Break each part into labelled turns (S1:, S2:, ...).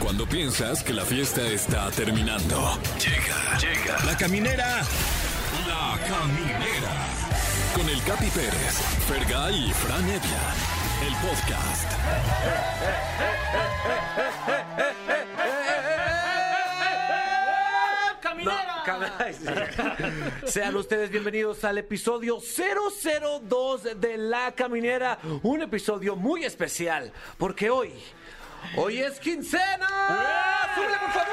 S1: Cuando piensas que la fiesta está terminando. Llega, llega. La caminera. La caminera. Con el Capi Pérez, Fergay y Fran Evia. El podcast.
S2: No, caray, sí. Sean ustedes bienvenidos al episodio 002 de La Caminera, un episodio muy especial, porque hoy, hoy es
S3: ¡Eh!
S2: quincena. ¡Súbele, por favor!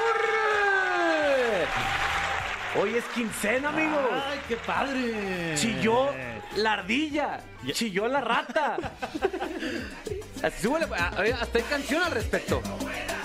S2: Hoy es quincena, amigos.
S3: ¡Ay, qué padre!
S2: Chilló la ardilla, chilló la rata. Así, súbele, a- a- hasta hay canción al respecto. ¡Quincena!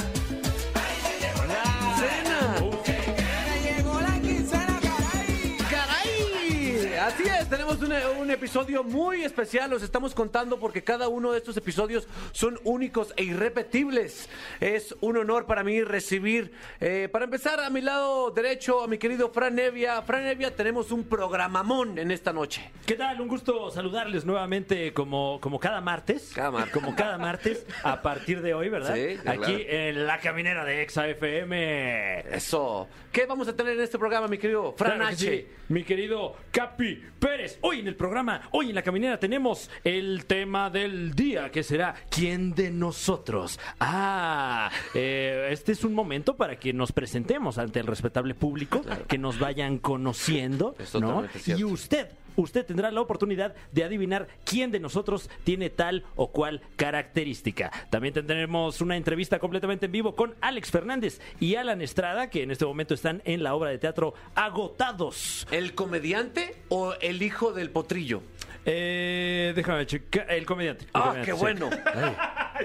S2: ¡Caray! Así es, tenemos un, un episodio muy especial, los estamos contando porque cada uno de estos episodios son únicos e irrepetibles. Es un honor para mí recibir, eh, para empezar a mi lado derecho, a mi querido Fran Nevia. Fran Nevia, tenemos un programamón en esta noche.
S3: ¿Qué tal? Un gusto saludarles nuevamente como, como cada martes.
S2: Cada martes.
S3: Como cada martes a partir de hoy, ¿verdad?
S2: Sí, claro.
S3: Aquí en La Caminera de Exa FM.
S2: Eso. ¿Qué vamos a tener en este programa, mi querido Fran
S3: Claro que
S2: H?
S3: sí, mi querido Capi Pérez. Hoy en el programa, hoy en la caminera, tenemos el tema del día, que será ¿Quién de nosotros? Ah, eh, este es un momento para que nos presentemos ante el respetable público, que nos vayan conociendo,
S2: Es
S3: ¿no?
S2: totalmente cierto.
S3: Y usted, usted tendrá la oportunidad de adivinar quién de nosotros tiene tal o cual característica. También tendremos una entrevista completamente en vivo con Alex Fernández y Alan Estrada, que en este momento están en la obra de teatro Agotados.
S2: ¿El comediante o el hijo del potrillo?
S3: Eh, déjame checar. El comediante. el
S2: ¡Ah,
S3: comediante,
S2: qué
S3: sí.
S2: bueno!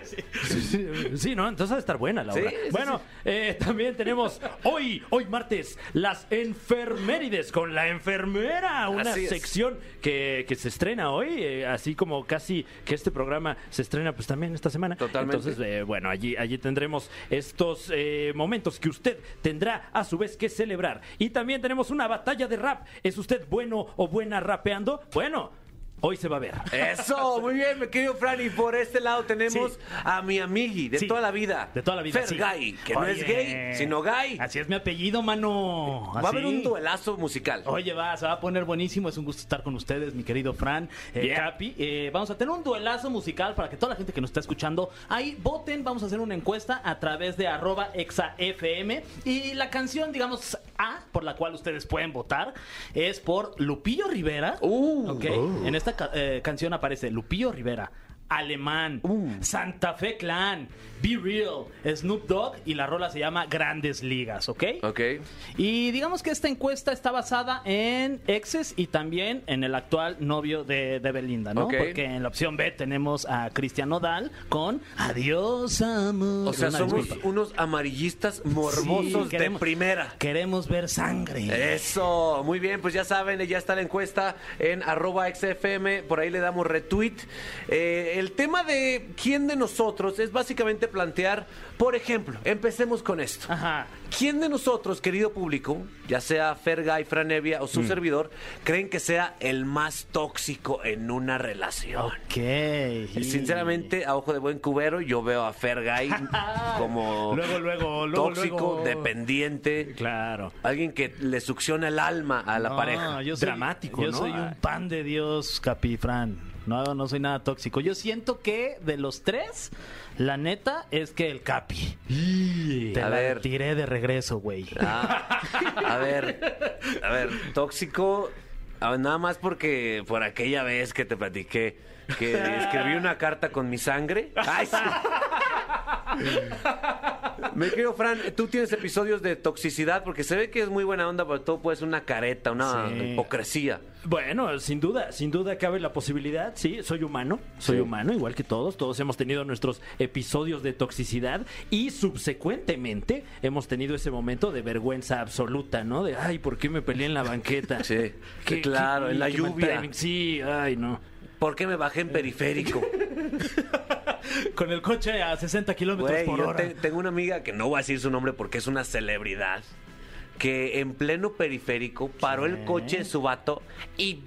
S3: Sí, sí, sí, no, entonces va a estar buena la
S2: Sí,
S3: obra.
S2: sí,
S3: bueno, eh, también tenemos hoy, hoy martes, las enfermérides con la enfermera, una
S2: Así es.
S3: sección que, que se estrena hoy, eh, así como casi que este programa se estrena pues también esta semana.
S2: Totalmente.
S3: Entonces, eh, bueno, allí, allí tendremos estos eh, momentos que usted tendrá a su vez que celebrar. Y también tenemos una batalla de rap. ¿Es usted bueno o buena rapeando? Bueno, hoy se va a ver.
S2: Eso, muy bien, mi querido Fran. Y por este lado tenemos
S3: Sí.
S2: a mi amigui de
S3: Sí,
S2: toda la vida.
S3: De toda la vida. sí.
S2: Fergay, que no
S3: Oye,
S2: es gay, sino gay.
S4: Así es mi apellido, mano.
S2: Va a
S4: Así.
S2: haber un duelazo musical.
S4: Oye, va, se va a poner buenísimo. Es un gusto estar con ustedes, mi querido Fran, eh,
S3: Yeah.
S4: Capi. Eh, vamos a tener un duelazo musical para que toda la gente que nos está escuchando ahí voten. Vamos a hacer una encuesta a través de arroba exafm. Y la canción, digamos, A, por la cual ustedes pueden votar, es por Lupillo Rivera.
S2: Uh.
S4: Ok. En esta ca- eh, canción aparece Lupillo Rivera. Alemán, Santa Fe Clan, Be Real, Snoop Dogg y la rola se llama Grandes Ligas, ¿ok?
S2: Ok.
S4: Y digamos que esta encuesta está basada en exes y también en el actual novio de, de Belinda, ¿no?
S2: Ok.
S4: Porque en la opción B tenemos a Cristian Nodal con Adiós, amor.
S2: O sea,
S4: Una
S2: somos
S4: disculpa.
S2: unos amarillistas morbosos
S4: Sí,
S2: de
S4: queremos-
S2: primera.
S4: Queremos ver
S2: Eh.
S4: sangre.
S2: Eso, muy bien, pues ya saben, ya está la encuesta en arroba XFM, por ahí le damos retweet. Eh, el tema de quién de nosotros es básicamente plantear, por ejemplo, empecemos con esto.
S4: Ajá.
S2: ¿Quién de nosotros, querido público, ya sea Fergay, Franevia o su
S4: Mm.
S2: servidor, creen que sea el más tóxico en una relación?
S4: Ok.
S2: Eh, Sinceramente, a ojo de buen cubero, yo veo a Fergay como
S4: Luego, luego, luego,
S2: tóxico,
S4: luego.
S2: dependiente,
S3: Claro.
S2: alguien que le succiona el alma a la
S4: No,
S2: pareja.
S4: Yo soy,
S3: Dramático,
S4: yo
S3: ¿no?
S4: soy un pan de Dios, Capifran. No, no soy nada tóxico. Yo siento que de los tres, la neta es que el Capi. Te
S2: A
S4: la
S2: ver.
S4: tiré de regreso, güey.
S2: Ah, a ver, a ver, tóxico, ah, nada más porque por aquella vez que te platiqué que escribí una carta con mi sangre. Ay, sí. Me querido Fran, tú tienes episodios de toxicidad porque se ve que es muy buena onda, pero todo puede ser una careta, una
S4: Sí.
S2: hipocresía.
S3: Bueno, sin duda, sin duda cabe la posibilidad, sí, soy humano, soy
S2: Sí.
S3: humano, igual que todos, todos hemos tenido nuestros episodios de toxicidad y subsecuentemente hemos tenido ese momento de vergüenza absoluta, ¿no? De, ay, ¿por qué me peleé en la banqueta?
S2: Sí, sí, claro, en la
S3: qué mal
S2: lluvia.
S3: timing? Sí, ay, no.
S2: ¿Por qué me bajé en periférico?
S4: Con el coche a 60 kilómetros
S2: Güey,
S4: por
S2: yo
S4: hora.
S2: te- tengo una amiga que no voy a decir su nombre porque es una celebridad. Que en pleno periférico paró el coche de su vato y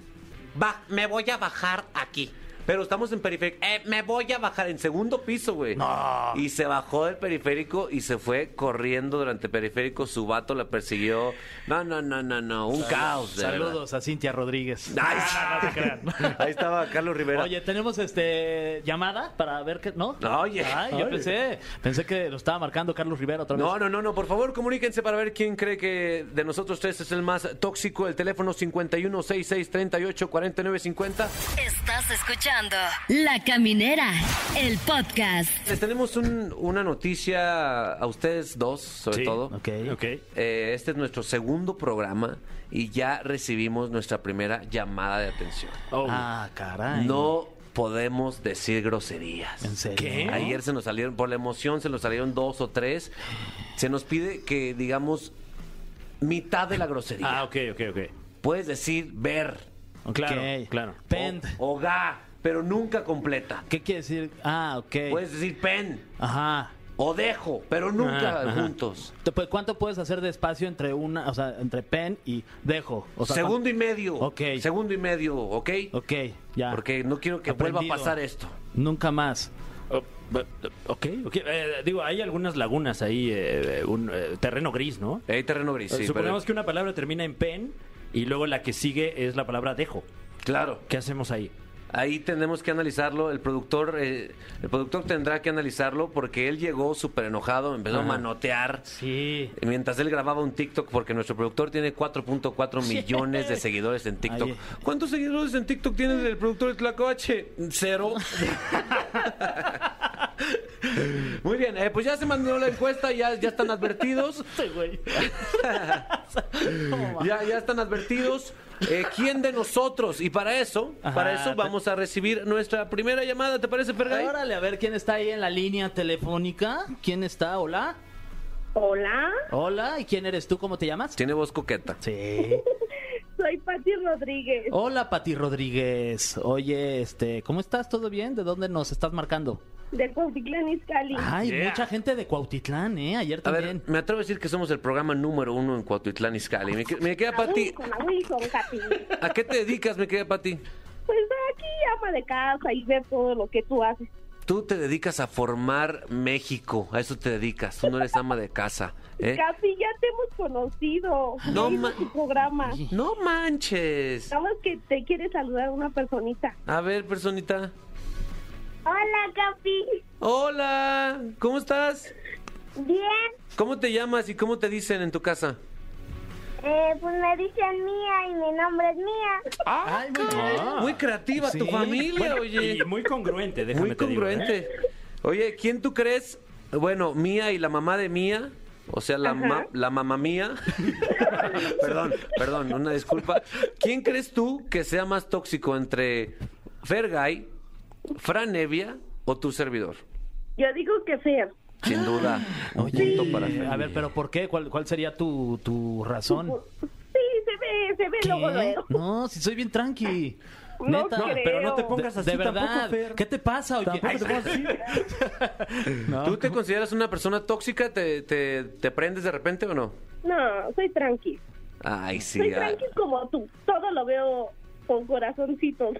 S2: va, me voy a bajar aquí. Pero estamos en periférico. Eh, me voy a bajar en segundo piso, güey.
S4: No.
S2: Y se bajó del periférico y se fue corriendo durante el periférico. Su vato la persiguió. No, no, no, no, no. Un caos, de verdad.
S4: Saludos a Cintia Rodríguez.
S2: Ay,
S4: No te crean.
S2: Ahí estaba Carlos Rivera.
S4: Oye, tenemos este llamada para ver qué. ¿No?
S2: Oye.
S4: Ay, yo pensé, pensé que lo estaba marcando Carlos Rivera otra vez.
S2: No, no, no, no, por favor, comuníquense para ver quién cree que de nosotros tres es el más tóxico. El teléfono 51 66 38 49 50.
S5: Estás escuchando La Caminera, el podcast.
S2: Les tenemos un- una noticia a ustedes dos, sobre
S3: Sí,
S2: todo.
S4: ok.
S3: Ok.
S2: Eh, este es nuestro segundo programa y ya recibimos nuestra primera llamada de atención.
S3: Oh.
S4: Ah, caray.
S2: No podemos decir groserías.
S4: ¿En serio?
S3: ¿Qué?
S2: Ayer se nos salieron, por la emoción, se nos salieron dos o tres. Se nos pide que digamos mitad de la grosería.
S3: Ah, ok, ok, ok.
S2: Puedes decir ver
S4: Ok.
S3: Claro, claro.
S4: Pend.
S2: o ga, pero nunca completa.
S4: ¿Qué quiere decir? Ah, ok.
S2: Puedes decir pen
S4: Ajá.
S2: o dejo, pero nunca
S3: Ajá, ajá.
S2: juntos.
S4: Te- pues, ¿Cuánto puedes hacer de espacio entre una, o sea, entre pen y dejo? O sea,
S2: segundo y medio.
S4: Ok.
S2: Segundo y medio, ¿ok?
S4: cuán- Ok, ya.
S2: Porque no quiero que vuelva
S4: Aprendido.
S2: a pasar esto.
S4: Nunca más.
S3: Oh, but- ok, ok. Eh, digo, hay algunas lagunas ahí, eh, eh, un eh, terreno gris, ¿no? Eh,
S2: Hay terreno gris, sí.
S3: Supongamos que una palabra termina en pen y luego la que sigue es la palabra dejo.
S2: pero- Claro.
S3: ¿Qué hacemos ahí?
S2: Ahí tenemos que analizarlo. El productor, eh, el productor tendrá que analizarlo porque él llegó súper enojado, empezó a
S3: Ajá.
S2: manotear.
S4: Sí.
S2: Mientras él grababa un TikTok, porque nuestro productor tiene 4.4 millones de seguidores en TikTok.
S4: Ay, eh.
S2: ¿Cuántos seguidores en TikTok tiene el productor de Tlacoache? Cero. Muy bien, eh, pues ya se mandó la encuesta, ya, ya están advertidos. Ya, ya están advertidos. Eh, ¿Quién de nosotros? Y para eso,
S4: Ajá.
S2: para eso vamos a recibir nuestra primera llamada, ¿te parece, Fergay?
S4: Órale, a ver quién está ahí en la línea telefónica. ¿Quién está? Hola.
S6: Hola,
S4: Hola. ¿Y quién eres tú? ¿Cómo te llamas?
S2: Tiene voz coqueta.
S4: Sí.
S6: soy Patti Rodríguez.
S4: Hola, Pati Rodríguez. Oye, este, ¿cómo estás? ¿Todo bien? ¿De dónde nos estás marcando?
S6: De Cuautitlán, Izcalli.
S2: Ah,
S4: Ay,
S3: Yeah.
S4: mucha gente de Cuautitlán, ¿eh? Ayer
S2: A
S4: también.
S2: ver, me atrevo a decir que somos el programa número uno en Cuautitlán, Izcalli. Me, que- me queda
S6: Con
S2: Pati.
S6: Wilson, a Wilson, Katy.
S2: ¿A qué te dedicas, mi querida Pati?
S6: Pues aquí ama de casa y ver todo lo que tú haces.
S2: Tú te dedicas a formar México, a eso te dedicas. Tú no eres ama de casa, ¿eh?
S6: Casi ya te hemos conocido.
S2: No
S6: Oímos
S2: ma-
S6: tu programa.
S2: No manches.
S6: Sabes que te quiere saludar una personita.
S2: A ver, personita.
S6: Hola, Capi.
S2: Hola, ¿cómo estás?
S6: Bien.
S2: ¿Cómo te llamas y cómo te dicen en tu casa?
S6: pues me dicen Mía y mi nombre es Mía.
S3: Ay, muy,
S2: Ah, Muy creativa tu familia, oye.
S3: Ah. Y muy congruente, déjame
S2: Muy
S3: te digo, ¿eh?
S2: congruente. Oye, ¿quién tú crees? Bueno, Mía y la mamá de Mía. O sea, la, ma- la mamá mía. perdón, perdón, una disculpa. ¿Quién crees tú que sea más tóxico entre Fergay, Fran Evia o tu servidor?
S6: Yo digo que sí.
S2: Sin duda, un
S4: Oye, eh,
S2: punto para Fer.
S4: a ver, pero ¿por qué? ¿Cuál, cuál sería tu, tu razón?
S6: Sí, se ve, se ve
S4: ¿Qué?
S6: luego luego.
S4: No, si soy bien tranqui.
S6: No
S4: Neta.
S6: No, creo. pero no te
S3: pongas
S4: De-
S3: así
S4: De verdad.
S3: tampoco, Fer.
S4: ¿Qué te pasa, oye?
S3: Tampoco
S4: Ay,
S3: te pongas así.
S2: ¿Tú te consideras una persona tóxica? ¿Te, te, te prendes de repente o no?
S6: No, soy tranqui.
S2: Ay, sí.
S6: Soy
S2: ah.
S6: Pues, tranqui como tú. Todo lo veo con corazoncitos.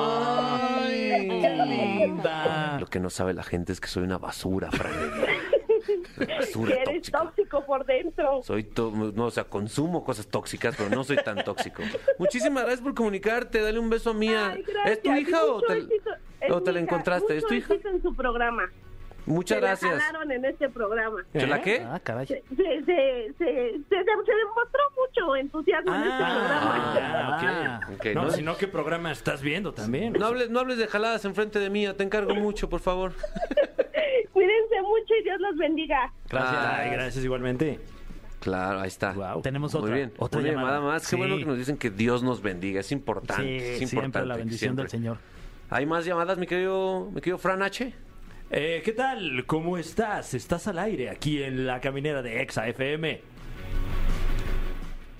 S4: Ay, qué linda.
S2: Lo que no sabe la gente es que soy una basura, Fran Evia. Una basura
S6: que eres
S2: tóxica.
S6: tóxico por dentro.
S2: Soy to- no, o sea, consumo cosas tóxicas, pero no soy tan tóxico. Muchísimas gracias por comunicarte. Dale un beso a Mía.
S6: Ay, gracias.
S2: ¿Es tu hija
S6: Un
S2: o te,
S6: suertito- es
S2: o te
S6: mi
S2: la
S6: hija,
S2: encontraste?
S6: un
S2: ¿Es tu hija?
S6: suertito en su programa.
S2: Muchas
S6: se
S2: gracias.
S6: La jalaron en este programa.
S2: ¿Se la qué?
S4: Ah, caray.
S6: Se, se, se, se, se- se demostró mucho entusiasmo en este programa.
S3: Ah, ok.
S2: Ok,
S3: No,
S2: no-
S3: sino qué programa estás viendo también.
S2: No hables, no hables de jaladas enfrente de Mía. Te encargo mucho, por favor.
S6: Cuídense mucho y Dios los bendiga.
S3: Gracias.
S2: Ay,
S3: gracias igualmente.
S2: Claro, ahí está.
S3: Guau.
S4: Tenemos
S2: Muy
S4: otra.
S2: bien.
S4: otra
S2: Una llamada más. Qué
S4: Sí.
S2: bueno que nos dicen que Dios nos bendiga. Es importante.
S4: Sí,
S2: es
S4: siempre
S2: importante
S4: la
S2: que
S4: bendición del
S2: siempre.
S4: Señor.
S2: ¿Hay más llamadas, mi querido, mi querido Fran H?
S3: Eh, ¿Qué tal? ¿Cómo estás? ¿Estás al aire aquí en la caminera de Exa FM?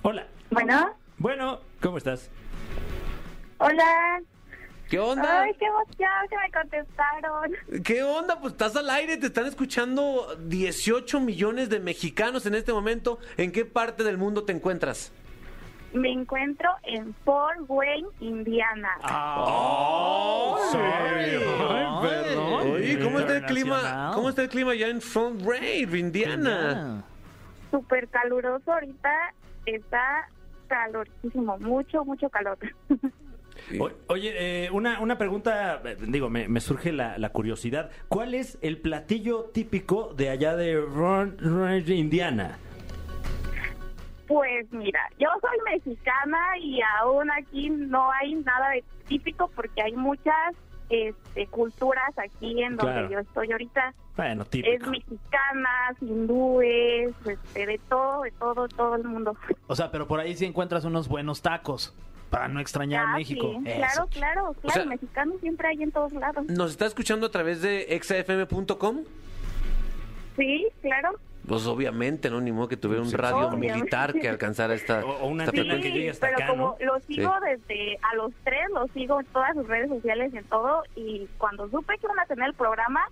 S3: Hola.
S6: Bueno,
S3: Bueno, ¿cómo estás?
S6: hola.
S2: ¿Qué onda?
S6: qué emoción que me contestaron.
S2: ¿Qué onda? Pues estás al aire, te están escuchando 18 millones de mexicanos en este momento. ¿En qué parte del mundo te encuentras?
S6: Me encuentro en Fort Wayne, Indiana.
S3: perdón.
S2: Oye, ¿cómo está el clima?
S4: Internacional.
S2: ¿Cómo está el clima ya en Front Brave, Indiana?
S6: Súper caluroso ahorita. Está calorcísimo, mucho, mucho calor.
S3: O- Oye, eh, una, una pregunta, eh, digo, me, me surge la, la curiosidad. ¿Cuál es el platillo típico de allá de Ron- Ron- Indiana?
S6: Pues mira, yo soy mexicana y aún aquí no hay nada de típico porque hay muchas este, culturas aquí en donde
S3: Claro.
S6: yo estoy ahorita.
S3: Bueno,
S6: Es
S3: típico.
S6: mexicanas, hindúes, este, de todo, de todo, todo el mundo.
S4: O sea, pero por ahí sí encuentras unos buenos tacos. Para no extrañar
S6: Ah,
S4: México.
S6: sí,
S4: Eso.
S6: Claro, claro, claro.
S2: sea-
S6: mexicanos siempre hay en todos lados.
S2: ¿Nos está escuchando a través de exafm.com?
S6: Sí, claro.
S2: Pues obviamente, ¿no? Ni modo que tuviera un radio
S6: Obviamente.
S2: militar que alcanzara esta,
S3: O- o una
S2: esta
S3: antena
S6: Sí,
S3: Pero que llegue hasta
S6: pero
S3: acá,
S6: como
S3: ¿no?
S6: lo sigo desde a los tres, lo sigo en todas sus redes sociales y en todo. Y cuando supe que iban a tener el programa,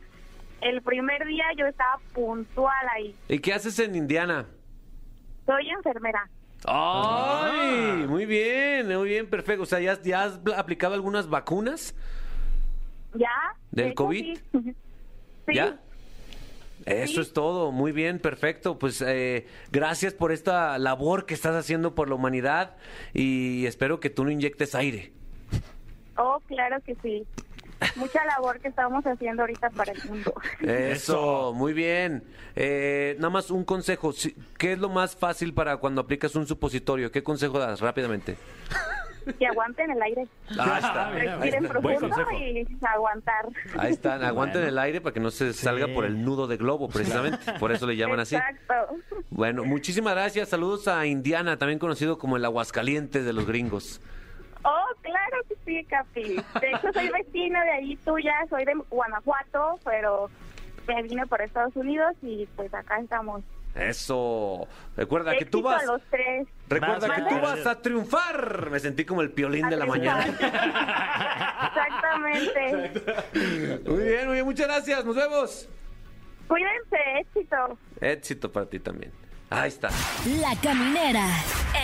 S6: el primer día yo estaba puntual ahí.
S2: ¿Y qué haces en Indiana?
S6: Soy enfermera.
S2: ¡Ay! Muy bien, muy bien, perfecto. O sea, ¿ya, has- ya has pl- aplicado algunas vacunas?
S6: ¿Ya?
S2: ¿Del
S6: de hecho,
S2: COVID?
S6: sí. Sí.
S2: ¿Ya? Eso
S6: Sí.
S2: es todo, muy bien, perfecto. Pues eh, gracias por esta labor que estás haciendo por la humanidad y espero que tú no inyectes aire.
S6: Oh, claro que sí. Mucha labor que estamos haciendo ahorita para el mundo.
S2: Eso, muy bien. Eh, nada más un consejo, si- ¿qué es lo más fácil para cuando aplicas un supositorio? ¿Qué consejo das rápidamente?
S6: Que aguanten el aire.
S2: Ahí está.
S3: mira,
S2: Ahí
S6: Respiren
S2: está.
S3: Buen
S6: profundo
S3: consejo.
S6: y aguantar.
S2: Ahí están, aguanten el aire para que no se salga por el nudo de globo, precisamente. Por eso le llaman así.
S6: Exacto.
S2: Bueno, muchísimas gracias. Saludos a Indiana, también conocido como el Aguascalientes de los gringos.
S6: Oh, claro que sí, Capi. De hecho, soy vecina de ahí tuya, soy de Guanajuato, pero me vine por Estados Unidos y pues acá estamos.
S2: Eso. Recuerda que
S6: Éxito
S2: tú vas.
S6: a los tres.
S2: Recuerda
S3: Más
S2: que tú
S3: vale.
S2: vas a triunfar. Me sentí como el piolín de la mañana.
S6: Exactamente.
S2: Muy bien, muy bien. Muchas gracias. Nos vemos.
S6: Cuídense, éxito.
S2: Éxito para ti también. Ahí está.
S5: La Caminera,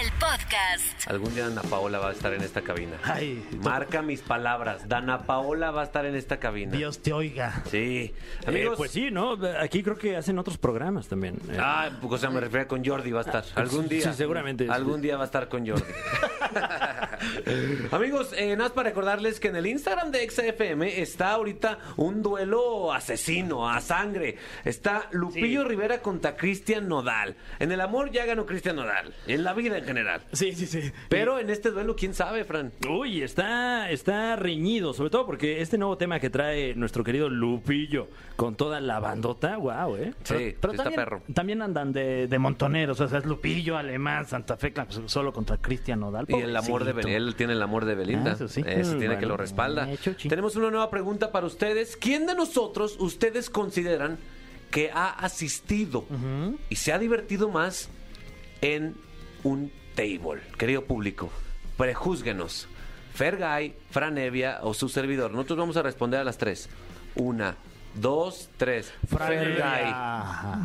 S5: el podcast.
S2: Algún día Ana Paola va a estar en esta cabina.
S4: Ay,
S2: Marca mis palabras. Dana Paola va a estar en esta cabina.
S4: Dios te oiga.
S2: Sí.
S3: Eh,
S2: Amigos.
S3: pues sí, ¿no? Aquí creo que hacen otros programas también. Eh,
S2: Ah, o sea, me refería con Jordi, va a estar. Algún día.
S3: Sí, seguramente.
S2: Algún día va a estar con Jordi. Amigos, eh, nada más para recordarles que en el Instagram de XFM está ahorita un duelo asesino, a sangre. Está Lupillo Rivera contra Cristian Nodal. En el amor ya ganó Cristian Nodal. En la vida en general.
S4: Sí, sí, sí.
S2: Pero en este duelo, ¿quién sabe, Fran?
S3: Uy, está, está reñido, sobre todo porque este nuevo tema que trae nuestro querido Lupillo con toda la bandota, wow, ¿eh?
S2: Sí,
S4: Pero
S2: sí está
S4: también,
S2: perro.
S4: también andan de, de montoneros, o sea, es Lupillo, Alemán, Santa Fe, claro, pues, solo contra Cristian Nodal.
S2: Y el amor de Belinda.
S4: pobrecito.
S2: Él tiene el amor de Belinda.
S4: Ah, eso sí.
S2: Ese
S4: Mm,
S2: tiene que
S4: bueno.
S2: lo respalda.
S4: Eh, chuchi.
S2: Tenemos una nueva pregunta para ustedes. ¿Quién de nosotros ustedes consideran que ha asistido y se ha divertido más en un table? Querido público, prejúzguenos. Fergay, Fran Evia o su servidor. Nosotros vamos a responder a las tres. Una, dos, tres. Fergay.
S4: eh, Ajá.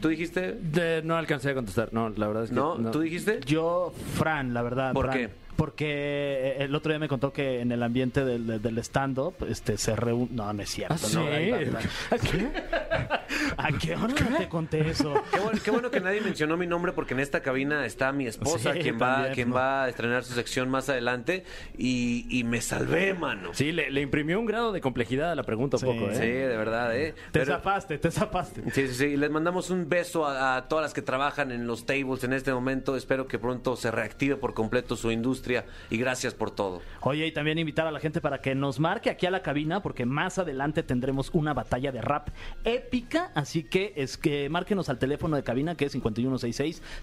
S2: ¿Tú dijiste?
S3: De- eh, no alcancé a contestar, no, la verdad es que.
S2: ¿No? ¿Tú dijiste?
S4: Yo, Fran, la verdad.
S2: ¿Por
S4: Fran.
S2: qué?
S4: Porque eh, el otro día me contó que en el ambiente del, del- del stand-up este, se reúne. No, no es cierto.
S3: ¿Ah,
S4: no,
S3: sí?
S4: ahí va, ahí va. ¿A qué hora te conté eso?
S2: Qué bueno, qué bueno que nadie mencionó mi nombre porque en esta cabina está mi esposa,
S4: Sí,
S2: quien, va,
S4: también,
S2: quien
S4: ¿no?
S2: va a estrenar su sección más adelante y, y me salvé, mano. Sí,
S3: Sí, le, le imprimió un grado de complejidad a la pregunta un
S4: Sí.
S3: poco, ¿eh?
S2: de verdad, ¿eh?
S4: Te
S2: Pero-
S4: zafaste, te zafaste.
S2: Sí, sí, sí. Les mandamos un beso a, a todas las que trabajan en los tables en este momento. Espero que pronto se reactive por completo su industria y gracias por todo.
S4: Oye, y también invitar a la gente para que nos marque aquí a la cabina, porque más adelante tendremos una batalla de rap épica. Así que es que márquenos al teléfono de cabina, que es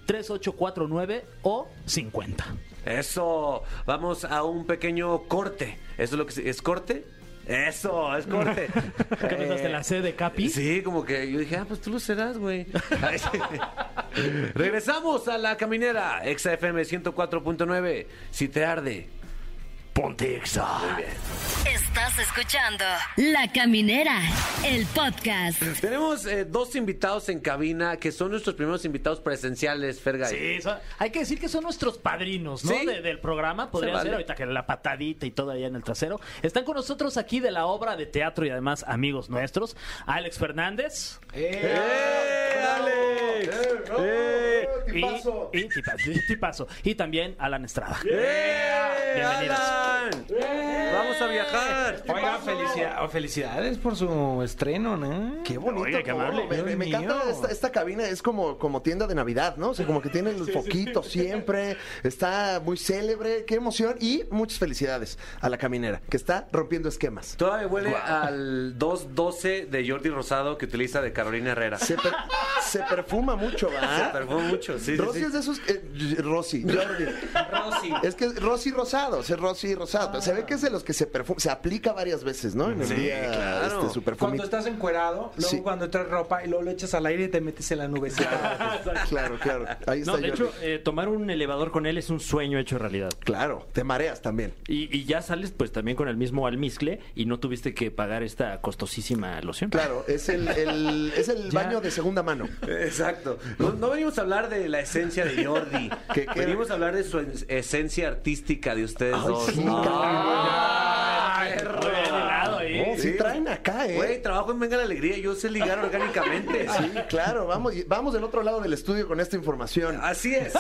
S4: 5166-3849 o 50.
S2: Eso, vamos a un pequeño corte. ¿Eso es lo que se- es corte? Eso, es corte. Eh,
S4: ¿Qué pensaste, la C de Capi?
S2: Sí, como que yo dije, ah, pues tú lo serás, güey. Ay, sí. Regresamos a la caminera, Exa FM 104.9. Si te arde, ponte Exa. Muy bien.
S5: Estás Estás escuchando La Caminera, el podcast.
S2: Tenemos eh, dos invitados en cabina que son nuestros primeros invitados presenciales, Fergay.
S4: Sí, son- hay que decir que son nuestros padrinos, ¿no?
S2: Sí.
S4: De- del programa, podría
S2: vale.
S4: ser, ahorita que la patadita y todo allá en el trasero. Están con nosotros aquí de la obra de teatro y además amigos nuestros, Alex Fernández.
S2: ¡Eh, Alex! ¡Eh!
S4: Y, y tipazo, y tipazo. Y también Alan Estrada.
S2: ¡Eh,
S4: Bienvenidos.
S2: Alan! ¡Vamos a viajar!
S7: Oiga, felicidad- felicidades por su estreno, ¿no?
S8: Qué bonito.
S3: Oye, qué
S8: todo.
S3: amable.
S8: Me, me- me
S7: Dios
S8: encanta
S7: mío.
S8: esta, esta cabina, es como, como tienda de Navidad, ¿no? O sea, como que tiene los foquitos siempre, está muy célebre, qué emoción y muchas felicidades a la caminera, que está rompiendo esquemas.
S2: Todavía huele al 212 de Jordi Rosado que utiliza de Carolina Herrera.
S8: Se, per- se perfuma mucho, ¿verdad?
S2: Se perfuma mucho, sí, sí,
S8: Rosy
S2: sí.
S8: es de esos. eh, Rosy, Jordi.
S2: Rosy.
S8: Es que es Rosy Rosado, es Rosy Rosado.
S7: Ah.
S8: pero se ve que es de los que se perfuma, se aplica varias veces, ¿no? En el día,
S2: claro.
S8: este,
S7: Cuando
S8: su perfumito.
S7: estás encuerado, luego
S8: Sí.
S7: cuando traes ropa y luego lo echas al aire y te metes en la nubecita.
S8: Claro, claro. Ahí está
S3: No, de
S8: Jordi.
S3: hecho, eh, tomar un elevador con él es un sueño hecho realidad.
S8: Claro, te mareas también.
S3: Y, y ya sales pues también con el mismo almizcle y no tuviste que pagar esta costosísima loción.
S8: Claro, es el, el- es el baño de segunda mano.
S2: Exacto. No, no venimos a hablar de la esencia de Jordi.
S8: ¿Qué, qué?
S2: Venimos a hablar de su es- esencia artística de ustedes dos. Ah,
S8: sí,
S2: No,
S8: caray.
S2: perro.
S4: Muy bien helado ahí.
S8: Oh, sí traen acá, ¿eh?
S2: Güey, trabajo en Venga la Alegría. Yo sé ligar orgánicamente.
S8: Sí, claro, vamos, y vamos del otro lado del estudio con esta información.
S2: Así es.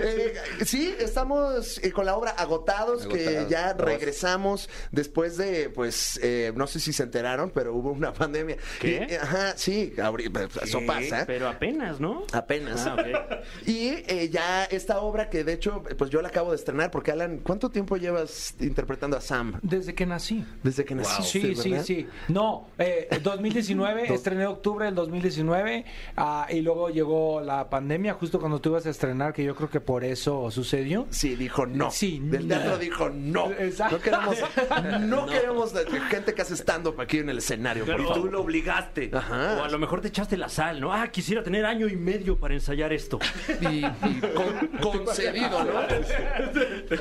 S8: Eh, sí, estamos eh, con la obra Agotados, que ya regresamos después de, pues, eh, no sé si se enteraron, pero hubo una pandemia.
S3: ¿Qué?
S8: Y, eh, ajá, sí, abri- eso pasa.
S3: Pero apenas, ¿no?
S8: Apenas.
S3: Ah, ok.
S8: Y eh, ya esta obra que de hecho, pues yo la acabo de estrenar, porque Alan, ¿cuánto tiempo llevas interpretando a Sam?
S7: Desde que nací.
S8: Desde que naciste,
S7: Sí, sí,
S8: ¿verdad?
S7: sí. No, eh, 2019, estrené octubre del 2019 ah, y luego llegó la pandemia justo cuando tú ibas a estrenar, que yo creo que por eso sucedió.
S8: Sí, dijo no.
S7: Sí,
S8: Del
S7: no.
S8: teatro dijo no.
S7: Exacto.
S8: No queremos, no queremos gente que hace stand-up aquí en el escenario. por
S2: Y
S8: favor.
S2: tú lo obligaste.
S8: Ah.
S3: O a lo mejor te echaste la sal, ¿no? Ah, quisiera tener año y medio para ensayar esto.
S8: y, y con- concedido, ¿no? Ahí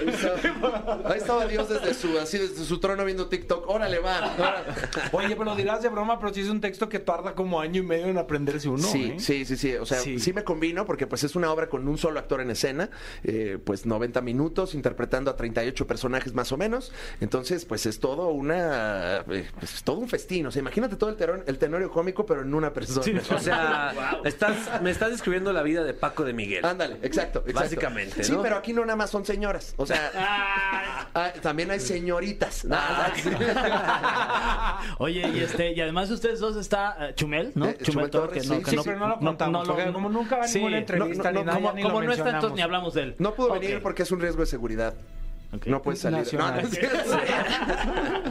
S8: estaba, ahí estaba Dios desde su, así desde su trono viendo TikTok. Órale, va. órale.
S7: Oye, pero lo dirás de broma, pero sí es un texto que tarda como año y medio en aprenderse uno.
S8: sí,
S7: ¿eh?
S8: sí, sí, sí. O sea, sí.
S7: Sí.
S8: me combino porque pues es una obra con un solo actor en escena, eh, pues 90 minutos, interpretando a 38 personajes más o menos. Entonces, pues es todo una eh, pues, es todo un festín. O sea, imagínate todo el, terón- el tenorio cómico, pero en una persona.
S2: O sea, estás, me estás describiendo la vida de Paco de Miguel.
S8: Ándale, exacto, exacto.
S2: Básicamente, ¿no?
S8: Sí, pero aquí no nada más son señoras. O sea, ah, también hay señoritas. Ah, sí.
S4: Oye, y este, y además de ustedes dos está eh, Chumel, ¿no?
S8: Eh, Chumel Torres, sí,
S4: que
S8: sí,
S7: pero no lo contamos, porque como nunca va a ninguna entrevista ni nada,
S4: como,
S7: ya ni lo
S4: como no está, entonces
S7: mencionamos.
S4: ni hablamos de él.
S8: No pudo
S4: Ok.
S8: venir porque es un riesgo de seguridad. No puede salir. Ah,
S7: Nacional.
S8: No, no es cierto.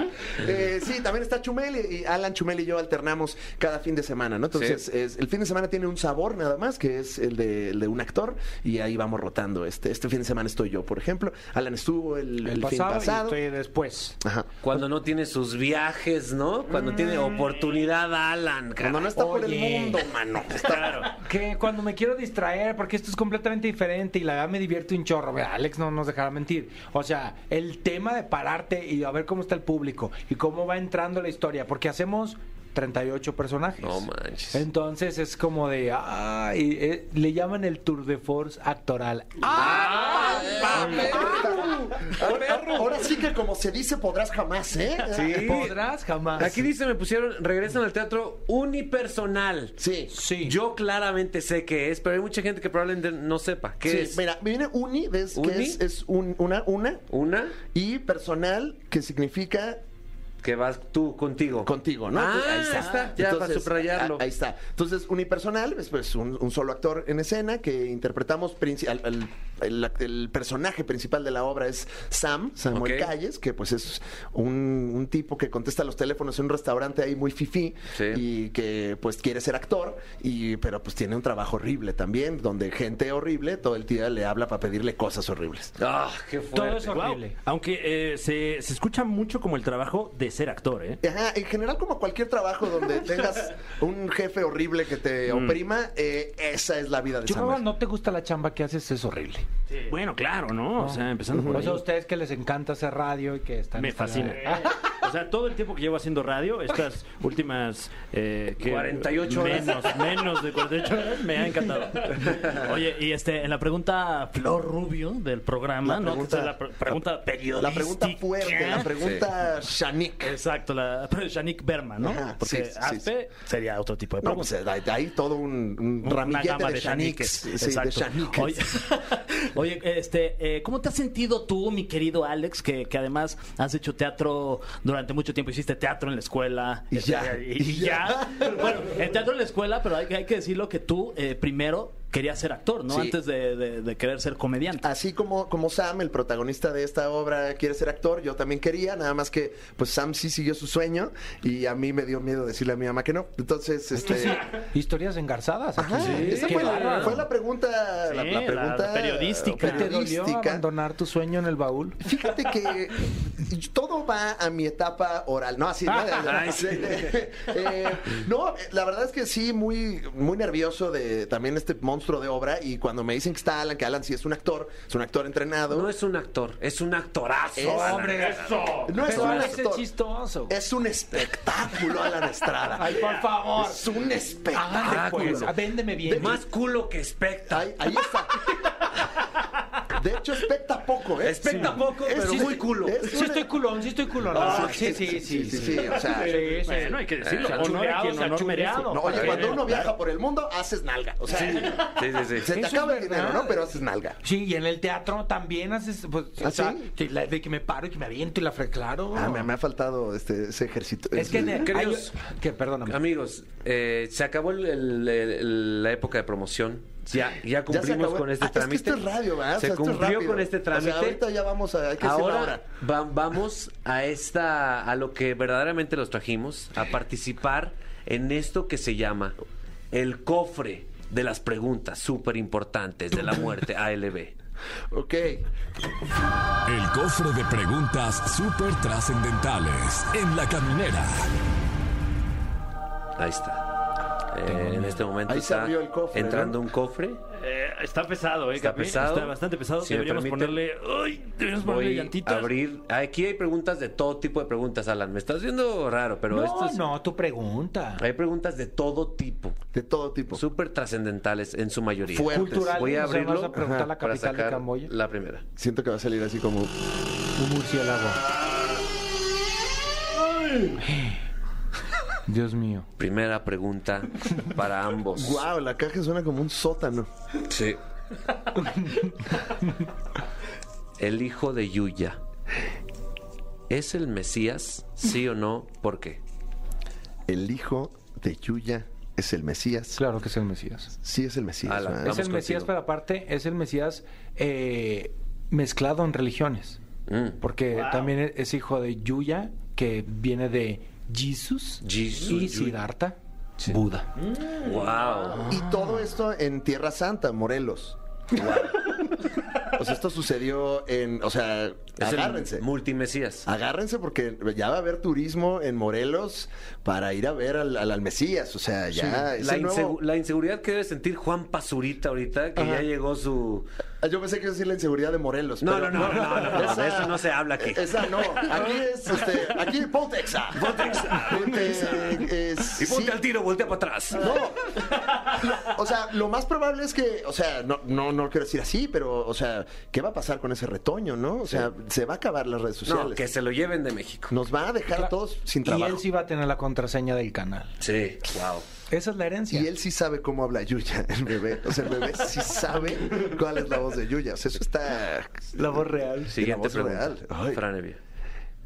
S8: Eh, sí, también está Chumel y, y Alan Chumel y yo alternamos cada fin de semana, ¿no? Entonces, es- el fin de semana tiene un sabor nada más, que es el de, el de un actor, y ahí vamos rotando. Este, este fin de semana estoy yo, por ejemplo. Alan estuvo el,
S7: El,
S8: el fin
S7: pasado,
S8: pasado.
S7: y estoy después.
S8: Ajá.
S2: Cuando no tiene sus viajes, ¿no? Cuando tiene
S4: Mm.
S2: oportunidad, Alan. Oh, cara.
S8: Cuando no está por el
S7: Oye.
S8: mundo, mano. Está-
S7: Que cuando me quiero distraer, porque esto es completamente diferente y la verdad me divierte un chorro. Mira, Alex no nos dejará mentir. O sea, el tema de pararte y a ver cómo está el público y cómo va entrando la historia, porque hacemos 38 personajes.
S2: No manches.
S7: Entonces es como de. Ah, y, eh, le llaman el Tour de Force actoral. ¡Ah!
S8: Ahora, ahora sí que como se dice, podrás jamás, ¿eh?
S2: Sí.
S7: Podrás
S8: Ah,
S7: jamás.
S2: Aquí dice, me pusieron, regresan al teatro unipersonal.
S8: Sí.
S7: Sí.
S2: Yo claramente sé qué es, pero hay mucha gente que probablemente no sepa qué
S8: Sí,
S2: es.
S8: Mira, viene uni, ¿ves?
S2: Uni.
S8: Que es, es un- una, una,
S2: Una
S8: y personal, que significa
S2: que vas tú contigo.
S8: contigo, ¿no?
S2: Ah,
S8: Entonces,
S2: ahí está, ya para subrayarlo.
S8: a- Ahí está. Entonces, unipersonal es pues, un, un solo actor en escena que interpretamos princi- al- al- el, act- el personaje principal de la obra es Sam, Samuel
S2: Ok.
S8: Calles, que pues es un, un tipo que contesta los teléfonos en un restaurante ahí muy fifí
S2: Sí.
S8: y que pues quiere ser actor y pero pues tiene un trabajo horrible también, donde gente horrible todo el día le habla para pedirle cosas horribles.
S2: Ah, qué
S7: Todo
S2: fuerte.
S7: es horrible.
S3: Aunque eh, se, se escucha mucho como el trabajo de ser actor, ¿eh?
S8: Ajá, en general como cualquier trabajo donde tengas un jefe horrible que te oprima, eh, esa es la vida de
S7: Yo creo
S8: Samuel.
S7: que no te gusta la chamba que haces, es horrible.
S3: Bueno, claro, ¿no? O sea, empezando por
S7: O
S3: ahí.
S7: sea, a ustedes que les encanta hacer radio y que están... Ah,
S3: Me fascina. O sea, todo el tiempo que llevo haciendo radio, estas últimas... eh, ¿qué?
S2: 48 horas.
S3: Menos, menos de 48 horas, me ha encantado.
S4: Oye, y este, en la pregunta Flor Rubio del programa,
S8: La
S4: ¿no?
S8: pregunta-
S4: Que es la pre- pregunta periodística.
S8: La pregunta fuerte, la pregunta Shanik.
S4: Exacto, la pero Yannick Berman, ¿no?
S8: Ajá,
S4: Porque
S8: sí, sí,
S4: Aspe sería otro tipo de
S8: No,
S4: pregunta.
S8: pues hay, hay todo un, un
S4: Una
S8: ramillete
S4: gama
S8: de Shaniques. Sí, de
S4: Exacto.
S8: Shaniques.
S4: Oye, oye, este, eh, ¿cómo te has sentido tú, mi querido Alex, que, que además has hecho teatro durante mucho tiempo? Hiciste teatro en la escuela.
S8: Y
S4: este,
S8: ya,
S4: y- y
S8: y ya.
S4: ya. Bueno, el teatro en la escuela, pero hay, hay que decirlo que tú eh, primero querías ser actor, ¿no?
S8: Sí. Ah,
S4: Antes de, de- de querer ser comediante.
S8: Así como, como Sam, el protagonista de esta obra, quiere ser actor, yo también quería, nada más que pues Sam sí siguió su sueño y a mí me dio miedo decirle a mi mamá que no. Entonces, este...
S7: Historias engarzadas. aquí.
S8: Ajá, esa
S7: Qué
S8: fue la,
S7: bárbaro.
S8: fue la pregunta, la,
S4: Sí,
S8: la
S4: la
S8: pregunta
S4: periodística.
S7: ¿Qué te dolió
S8: periodística.
S7: abandonar tu sueño en el baúl?
S8: Fíjate que todo va a mi etapa oral. No, así. ¿no? Eh, no, la verdad es que sí, muy, muy nervioso de también este monstruo de obra. Y cuando me dicen que está Alan, que Alan sí es un actor, es un actor entrenado.
S2: No es un actor, es un actorazo.
S8: Es-
S2: Alan.
S8: No es
S7: Pero
S8: un
S7: ese
S8: actor.
S7: chistoso.
S8: Es un espectáculo, Alan Estrada.
S7: Ay, por favor.
S8: Es un espectáculo.
S7: Ah, pues, ah, véndeme bien.
S2: Más culo que especta.
S8: Ahí, ahí está. De hecho, especta poco, ¿eh?
S2: Especta poco,
S8: Es-
S2: pero
S8: sí,
S2: muy culo.
S8: es
S7: Sí
S8: una-
S7: estoy culón, sí estoy culón.
S8: Ah,
S7: sí, sí, sí, sí,
S8: sí, sí, o sea,
S7: Sí, sí.
S3: Bueno, hay que decirlo.
S7: Se ha
S3: Honor a
S7: chuleado,
S3: quien
S7: se ha
S3: honor merece. Eh,
S7: chuleado.
S8: No, oye,
S7: Para
S8: cuando
S7: que-
S8: uno viaja por el mundo, haces nalga. O sea,
S2: Sí, sí,
S8: se te
S7: Eso es
S8: acaba el dinero,
S7: verdad.
S8: ¿no? Pero haces nalga.
S7: Sí, y en el teatro también haces. Pues,
S8: ¿Ah,
S7: o sea,
S8: sí?
S7: que la- de que me paro y que me aviento y la fre, claro.
S8: Ah, me, me ha faltado este, ese ejercito.
S7: Es que, en el-
S2: Queridos-
S7: hay- que perdóname.
S2: Amigos, eh, se acabó el- el- el- la época de promoción. Ya, ya
S8: Ya se
S2: cumplimos
S8: acabó.
S2: con este
S8: Ah, es que
S2: trámite.
S8: esto es radio, ¿verdad? O
S2: Se
S8: sea, esto es
S2: cumplió
S8: rápido.
S2: con este
S8: O sea,
S2: trámite.
S8: ahorita ya vamos a- hay que decir la hora.
S2: Ahora va- vamos a esta a lo que verdaderamente los trajimos, a participar en esto que se llama el cofre de las preguntas súper importantes de la muerte ALB.
S8: Ok.
S1: El cofre de preguntas súper trascendentales en la caminera.
S2: Ahí está. Eh, en este momento
S8: Ahí se
S2: está
S8: abrió el cofre,
S2: entrando
S8: ¿no?
S2: un cofre.
S3: Eh, está pesado, ¿eh,
S2: Está
S3: Capi?
S2: pesado.
S3: Está bastante pesado.
S2: Si me
S3: deberíamos
S2: permite,
S3: ponerle... ¡Ay! Deberíamos ponerle
S2: Voy a
S3: llantitas.
S2: abrir. Aquí hay preguntas de todo tipo de preguntas, Alan. Me estás viendo raro, pero
S7: no,
S2: esto es-
S7: no, tu pregunta.
S2: Hay preguntas de todo tipo,
S8: De todo tipo.
S2: súper trascendentales en su mayoría.
S8: Fuertes.
S7: Cultural.
S2: Voy a
S7: o sea,
S2: abrirlo
S7: Vas a preguntar
S8: ajá,
S7: la
S2: para
S7: capital de
S2: sacar
S7: Camboya.
S2: La primera.
S8: Siento que va a salir así como.
S7: Un murciélago. Dios mío.
S2: Primera pregunta para ambos.
S8: ¡Wow! La caja suena como un sótano.
S2: Sí. El hijo de Yuya. ¿Es el Mesías? ¿Sí o no? ¿Por qué?
S8: El hijo de Yuya es el Mesías.
S7: Claro que es el Mesías.
S8: Sí, es el Mesías.
S2: Ala,
S8: ¿verdad?
S2: vamos
S7: es el Mesías,
S2: contigo.
S7: pero aparte es el Mesías eh, mezclado en religiones.
S2: Mm.
S7: Porque también e-, es- es hijo de Yuya, que viene de Jesus,
S2: Jesus,
S7: y
S2: Yuya.
S7: Siddhartha, Buda.
S2: Wow.
S8: Y todo esto en Tierra Santa, Morelos. O sea, esto sucedió en. O sea,
S2: Es
S8: agárrense.
S2: el multimesías.
S8: Agárrense porque ya va a haber turismo en Morelos para ir a ver al, al, al Mesías. O sea, ya Ah, es
S2: La,
S8: el
S2: insegu-
S8: nuevo-
S2: la inseguridad que debe sentir Juan Pasurita ahorita, que
S8: Ajá.
S2: ya llegó su...
S8: Ah, Yo pensé que iba a decir la inseguridad de Morelos.
S2: No,
S8: pero-
S2: no, no, no, no, no, de eso no se habla aquí.
S8: Esa no. Aquí es, este, aquí Pontexa.
S2: Pontexa, Pontexa.
S8: Porque, eh,
S2: Y ponte
S8: sí-
S2: al tiro, voltea para atrás.
S8: No. O sea, lo más probable es que, o sea, no, no, no quiero decir así, pero, o sea, ¿qué va a pasar con ese retoño, no? O sea, se va a acabar las redes sociales.
S2: No, que se lo lleven de México.
S8: Nos va a dejar a todos sin
S7: Y
S8: trabajo.
S7: él sí va a tener la contraseña del canal.
S2: Sí, wow.
S7: Esa es la herencia.
S8: Y él sí sabe cómo habla Yuya, el bebé. O sea, el bebé sí sabe cuál es la voz de Yuya. O sea, eso está.
S7: La voz real.
S8: La
S2: Siguiente
S8: voz
S2: pregunta.
S8: real. Ay.
S2: Fran Evia.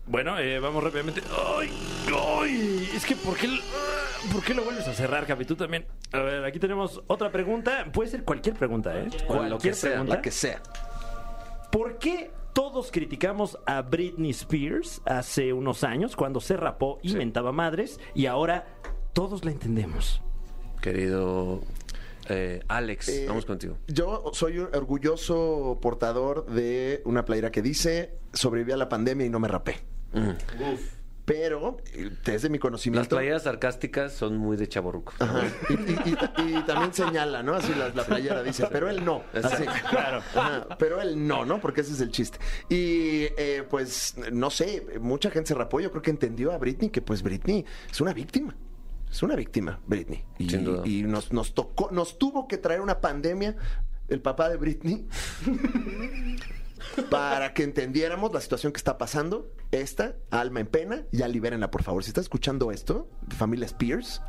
S3: Bueno, eh, vamos rápidamente. ¡Ay! ¡Ay! Es que ¿por qué, ah, ¿por qué lo vuelves a cerrar, Capi? Tú también. A ver, aquí tenemos otra pregunta. Puede ser cualquier pregunta, ¿eh?
S2: Cual- lo que
S3: Cualquier
S2: sea,
S3: pregunta.
S8: La que sea.
S3: ¿Por qué todos criticamos a Britney Spears hace unos años cuando se rapó y mentaba madres y ahora todos la entendemos?
S2: Querido eh, Alex,
S8: Eh,
S2: vamos contigo.
S8: Yo soy un orgulloso portador de una playera que dice: sobreviví a la pandemia y no me rapé.
S2: Mm.
S8: Pero, eh, desde mi conocimiento.
S2: Las playeras sarcásticas son muy de chaborruco.
S8: Ajá. Y, y- y- y también señala, ¿no? Así la, la playera dice, pero él no. Así. Claro. pero él no, ¿no? Porque ese es el chiste. Y eh, pues, no sé, mucha gente se rapó. Yo creo que entendió a Britney que, pues, Britney es una víctima. Es una víctima, Britney. Y,
S2: Sin duda.
S8: y nos, nos tocó, nos tuvo que traer una pandemia el papá de Britney para que entendiéramos la situación que está pasando. Esta, alma en pena, ya libérenla, por favor. Si está escuchando esto, familia Spears,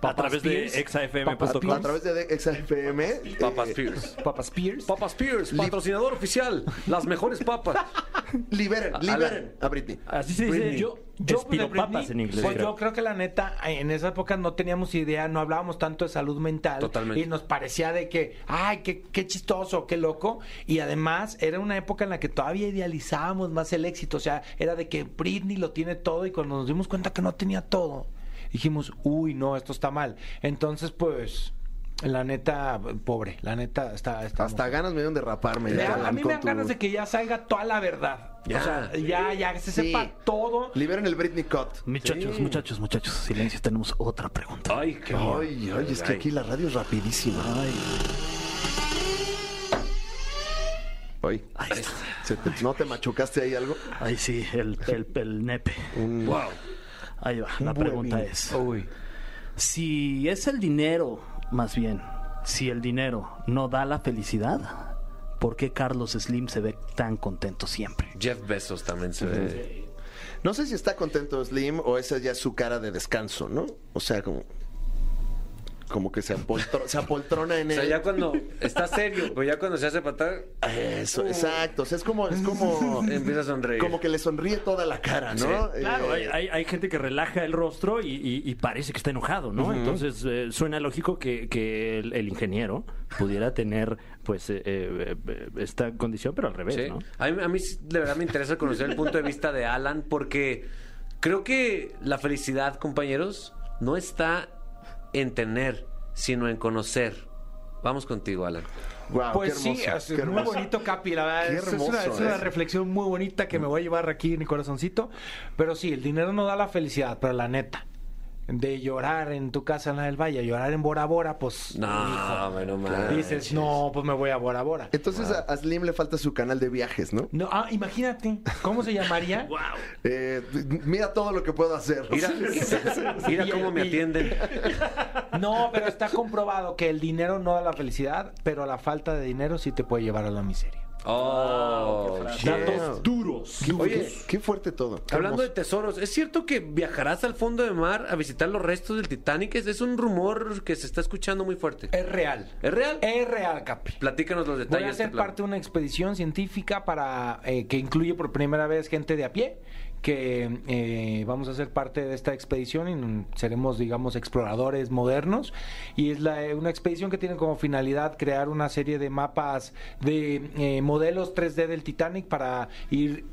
S3: A través de
S8: a, a
S3: exafm.com.
S8: través de XFM. eh,
S2: Papas Pierce.
S7: Papas Pierce.
S2: Papas Pierce, patrocinador oficial. Las mejores papas.
S8: Eh, liberen,
S2: A-
S7: Ah,
S2: a la-
S8: liberen a Britney.
S3: Así se dice. Yo,
S7: Yo, pues, de
S3: espiropapas
S7: Britney,
S3: en inglés.
S7: pues,
S3: creo.
S7: yo creo que la neta, en esa época no teníamos idea, no hablábamos tanto de salud mental.
S2: Totalmente.
S7: Y nos parecía de que, ay, qué, qué chistoso, qué loco. Y además era una época en la que todavía idealizábamos más el éxito. O sea, era de que Britney lo tiene todo y cuando nos dimos cuenta que no tenía todo, dijimos, uy, no, esto está mal. Entonces, pues, la neta, pobre, la neta, está... está
S8: Hasta ganas me dieron de raparme.
S7: Me-
S8: Alan,
S7: a mí
S8: con
S7: me dan
S8: tu-
S7: ganas de que ya salga toda la verdad.
S2: Ya.
S7: O sea, ya, ya, que se
S8: Sí.
S7: sepa todo.
S8: Liberen el Britney Cut.
S4: Muchachos, muchachos, muchachos, silencio, tenemos otra pregunta.
S2: Ay, qué
S8: Ay, ay, es que aquí la radio es rapidísima. Ay. Ay, se te- ¿No te machucaste ahí algo?
S4: Ay, sí, el, el, el nepe.
S2: Wow.
S4: Ahí va, la
S8: huevín.
S4: pregunta es. Si es el dinero, más bien, si el dinero no da la felicidad, ¿por qué Carlos Slim se ve tan contento siempre?
S2: Jeff Bezos también se ve.
S8: No sé si está contento Slim o esa ya es su cara de descanso, ¿no? O sea, como. Como que se, apoltro- se apoltrona en
S2: O sea,
S8: él.
S2: ya cuando está serio, pero ya cuando se hace patar,
S7: Uh.
S8: Eso, exacto. O sea, es como, es como,
S2: empieza a sonreír.
S8: como que le sonríe toda la cara, ¿no?
S2: Sí.
S3: Claro, hay,
S8: Eh,
S3: hay- hay gente que relaja el rostro y, y- y parece que está enojado, ¿no? Entonces eh, suena lógico que, que el, el ingeniero pudiera tener, pues, eh, eh, eh, esta condición, pero al revés,
S2: Sí.
S3: ¿no?
S2: A mí, a mí sí, de verdad me interesa conocer el punto de vista de Alan porque creo que la felicidad, compañeros, no está en tener, sino en conocer. Vamos contigo, Alan.
S8: guau,
S7: Pues
S8: qué
S7: sí,
S8: hermoso,
S7: es
S8: qué
S7: muy
S8: hermoso.
S7: bonito, Capi, la verdad.
S8: Qué
S7: es- es, una,
S8: hermoso
S7: es una
S8: es.
S7: reflexión muy bonita que me voy a llevar aquí en mi corazoncito. Pero sí, el dinero no da la felicidad, pero la neta. De llorar en tu casa en la del Valle, llorar en Bora Bora, pues.
S2: No, bueno,
S7: hijo,
S2: man.
S7: dices, no, pues me voy a Bora Bora.
S8: Entonces a- a Slim le falta su canal de viajes, ¿no?
S7: No, ah, imagínate, ¿cómo se llamaría?
S8: Eh, mira todo lo que puedo hacer.
S2: Mira, mira cómo me atienden.
S7: No, pero está comprobado que el dinero no da la felicidad, pero la falta de dinero sí te puede llevar a la miseria.
S2: Oh,
S8: Yeah.
S3: duros.
S8: Qué-
S2: Oye.
S8: qué- qué fuerte todo. Qué
S2: Hablando de
S8: hermoso.
S2: tesoros, ¿es cierto que viajarás al fondo del mar a visitar los restos del Titanic? Es, es un rumor que se está escuchando muy fuerte.
S7: Es real.
S2: ¿Es real?
S7: Es real, Capi.
S2: Platícanos
S7: Eh,
S2: los
S7: Voy
S2: detalles.
S7: a
S2: de
S7: ser
S2: este plan.
S7: parte de una expedición científica para eh, que incluye por primera vez gente de a pie, que eh, vamos a ser parte de esta expedición y mm, seremos, digamos, exploradores modernos. Y es la, eh, una expedición que tiene como finalidad crear una serie de mapas de eh, modelos 3D del Titanic para ir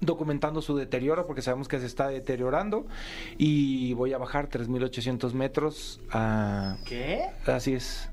S7: documentando su deterioro porque sabemos que se está deteriorando y voy a bajar 3.800 metros a...
S4: ¿Qué?
S7: Así es.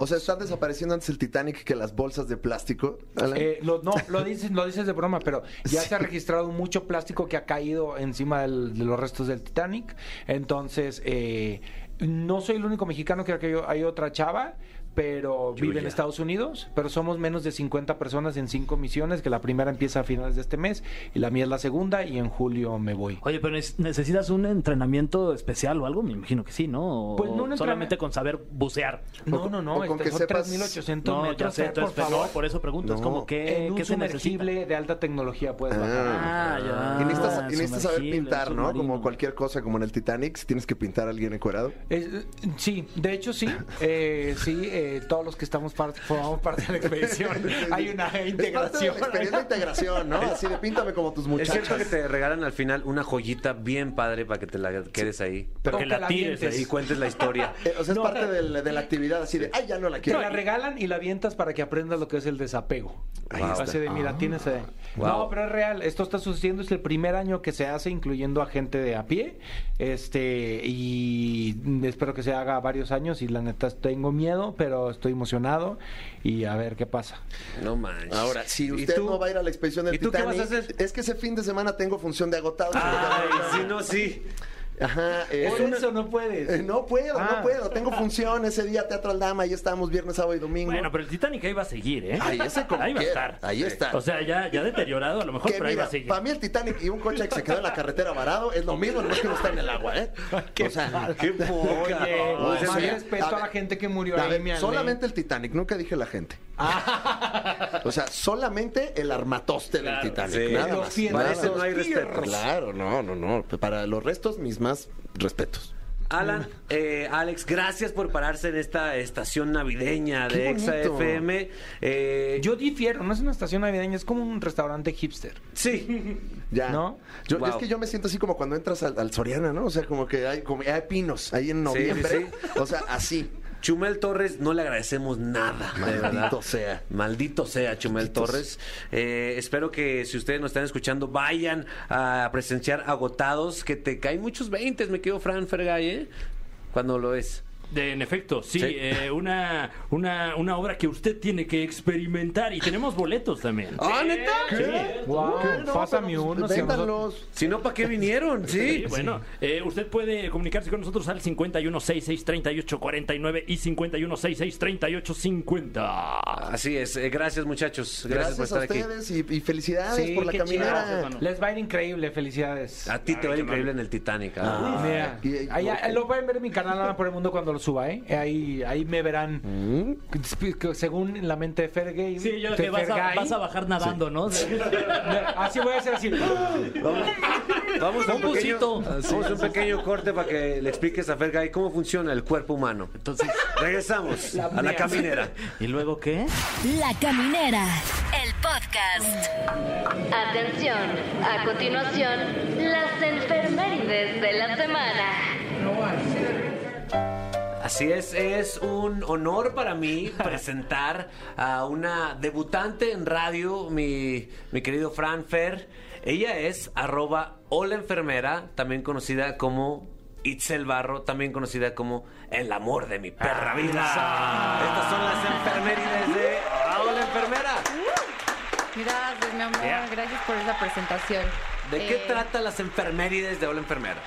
S8: O sea, están desapareciendo antes el Titanic que las bolsas de plástico. Alan.
S7: Eh, lo- no, lo dices, lo dices de broma, pero ya
S8: Sí.
S7: se ha registrado mucho plástico que ha caído encima del- de los restos del Titanic. Entonces, eh, no soy el único mexicano, creo que hay, hay otra chava, pero vive en Estados Unidos, pero somos menos de 50 personas en cinco misiones, que la primera empieza a finales de este mes y la mía es la segunda y en julio me voy.
S4: Oye, pero ne- necesitas un entrenamiento especial o algo, me imagino que sí, ¿no? O
S7: Pues no un entrenamiento-
S4: solamente con saber bucear.
S7: No, no,
S8: o
S7: no,
S8: con
S7: este,
S8: que
S7: son
S8: sepas-
S7: 3.800
S4: No, ya
S7: metros,
S4: sé,
S7: eh, por
S4: entonces, pues,
S7: favor.
S4: no, por eso pregunto, es
S8: No.
S4: como qué,
S7: en
S4: qué
S7: un
S4: se necesita.
S7: sumergible de alta tecnología puedes bajar.
S8: Ah.
S4: Ah, ya.
S8: y necesitas, y necesitas saber
S4: sumergible,
S8: pintar, ¿no?
S4: submarino.
S8: Como cualquier cosa, como en el Titanic, si tienes que pintar a alguien encuerado.
S7: Es- sí, de hecho sí, eh, sí, eh, todos los que estamos par- formamos parte de la expedición, hay una integración. ¿eh?
S8: Es parte de la experiencia de integración, ¿no? Así de píntame como tus
S2: Es
S8: muchachos.
S2: cierto que te regalan al final una joyita bien padre para que te la quedes ahí.
S7: Pero
S3: que la tires
S7: avientes.
S2: Y cuentes la historia.
S8: Eh, o sea, es
S7: No,
S8: parte
S7: no.
S8: del- de, la actividad así de, ay, ya no la
S7: Te
S8: quiero.
S7: la regalan y la avientas para que aprendas lo que es el desapego.
S8: Ahí
S7: Así
S8: está. Ah,
S7: de, mira, tienes... eh,
S2: Wow.
S7: No, pero es real, esto está sucediendo, es el primer año que se hace, incluyendo a gente de a pie, este, y mm, espero que se haga varios años y la neta tengo miedo, pero estoy emocionado y a ver qué pasa.
S2: No manches.
S8: Ahora, si
S2: ¿Y
S8: usted
S2: tú?
S8: no va a ir a la expedición del
S2: ¿Y tú qué
S8: Titanic,
S2: vas a hacer?
S8: es que ese fin de semana tengo función de agotados.
S2: Ay, sí, no, sí.
S8: Ajá, eh,
S7: Por eso no puedes.
S8: eh, no puedo,
S7: Ah.
S8: no puedo. Tengo función ese día Teatro al Dama, ahí estamos viernes, sábado y domingo.
S3: Bueno, pero el Titanic ahí va a seguir, ¿eh?
S8: Ahí ese como
S3: Ahí va a
S8: quiera,
S3: estar.
S8: ahí está.
S3: O sea, ya, ya deteriorado a lo mejor,
S8: que
S3: pero ahí va
S8: mira,
S3: a seguir.
S8: para mí el Titanic y un coche que se quedó en la carretera varado es lo mismo, nomás que no está en el agua, ¿eh? o sea, qué
S7: Oye,
S8: o sea,
S7: más
S8: mira,
S7: respeto
S8: a
S7: a,
S8: ver,
S7: la gente que murió
S8: A
S7: ahí, mi
S8: ver,
S7: Ale.
S8: solamente el Titanic, nunca dije la gente. O sea, solamente el armatoste del Titanic. Nada
S2: Ah. sí.
S7: Lo
S8: más.
S7: siento,
S8: nada
S2: Parece
S8: más.
S2: no hay respeto.
S8: Claro, no, no, no. Para los restos, mis más respetos.
S2: Alan, eh, Alex, gracias por pararse en esta estación navideña de
S8: Qué
S2: Exa
S8: bonito.
S2: FM. Eh,
S7: Yo difiero, no es una estación navideña, es como un restaurante hipster.
S2: sí,
S8: Ya.
S7: ¿No?
S8: Yo-
S2: Wow.
S8: Es que yo me siento así como cuando entras al, al Soriana, ¿no? O sea, como que hay, como, hay pinos ahí en
S2: Sí,
S8: noviembre. O sea, así.
S2: Chumel Torres, no le agradecemos nada. de verdad.
S8: Maldito sea.
S2: Maldito sea Chumel Torres. Eh, espero que si ustedes nos están escuchando, vayan a presenciar agotados, que te caen muchos 20, me quedo Fran Fergay, ¿eh? Cuando lo es.
S3: De- en efecto, sí,
S2: Sí.
S3: eh, una, una, una obra que usted tiene que experimentar y tenemos boletos también.
S2: ¡Ah, neta!
S7: Wow, pásame
S8: pero, pues,
S7: uno. si a nosotros-
S8: Véndanlos.
S2: Si no, ¿para qué vinieron? Sí.
S3: Sí, bueno, eh, usted puede comunicarse con nosotros al 51663849 y 51663850.
S2: Así es. Eh, gracias, muchachos.
S8: Gracias,
S2: Gracias, por estar
S8: a
S2: aquí.
S8: ustedes y, y felicidades
S4: Sí,
S8: por la
S4: qué chido.
S8: caminera.
S4: Gracias, mano.
S7: Les va a ir increíble, felicidades.
S2: A ti te va a ir increíble en el Titanic. ¿ah?
S7: Mira,
S8: Ah, y- y-
S7: ahí- ahí lo pueden ver en mi canal Ana por el Mundo cuando lo suba, ¿eh? Ahí, ahí me verán.
S8: Mm.
S7: Según la mente de Fergay.
S4: Sí, yo
S7: de
S4: que vas a,
S7: Fergay,
S4: vas a bajar nadando, ¿no?
S7: Así voy a hacer así.
S2: Vamos, vamos a un
S4: Un
S2: pequeño, Ah,
S4: bucito.
S2: vamos a un pequeño corte para que le expliques a Fergay cómo funciona el cuerpo humano.
S4: Entonces,
S2: Regresamos a la caminera.
S4: ¿y luego qué?
S5: La Caminera, el podcast.
S9: Atención, a continuación, las enfermerides de la semana.
S2: Así es, es un honor para mí presentar a una debutante en radio, mi, mi querido Fran Fer. Ella es arroba hola enfermera, también conocida como Itzel Barro, también conocida como el amor de mi perra vida. Estas son las enfermerides de hola enfermera.
S10: Gracias, mi amor. Gracias por esa presentación.
S2: ¿De qué
S10: Eh,
S2: trata las enfermerides de hola enfermera?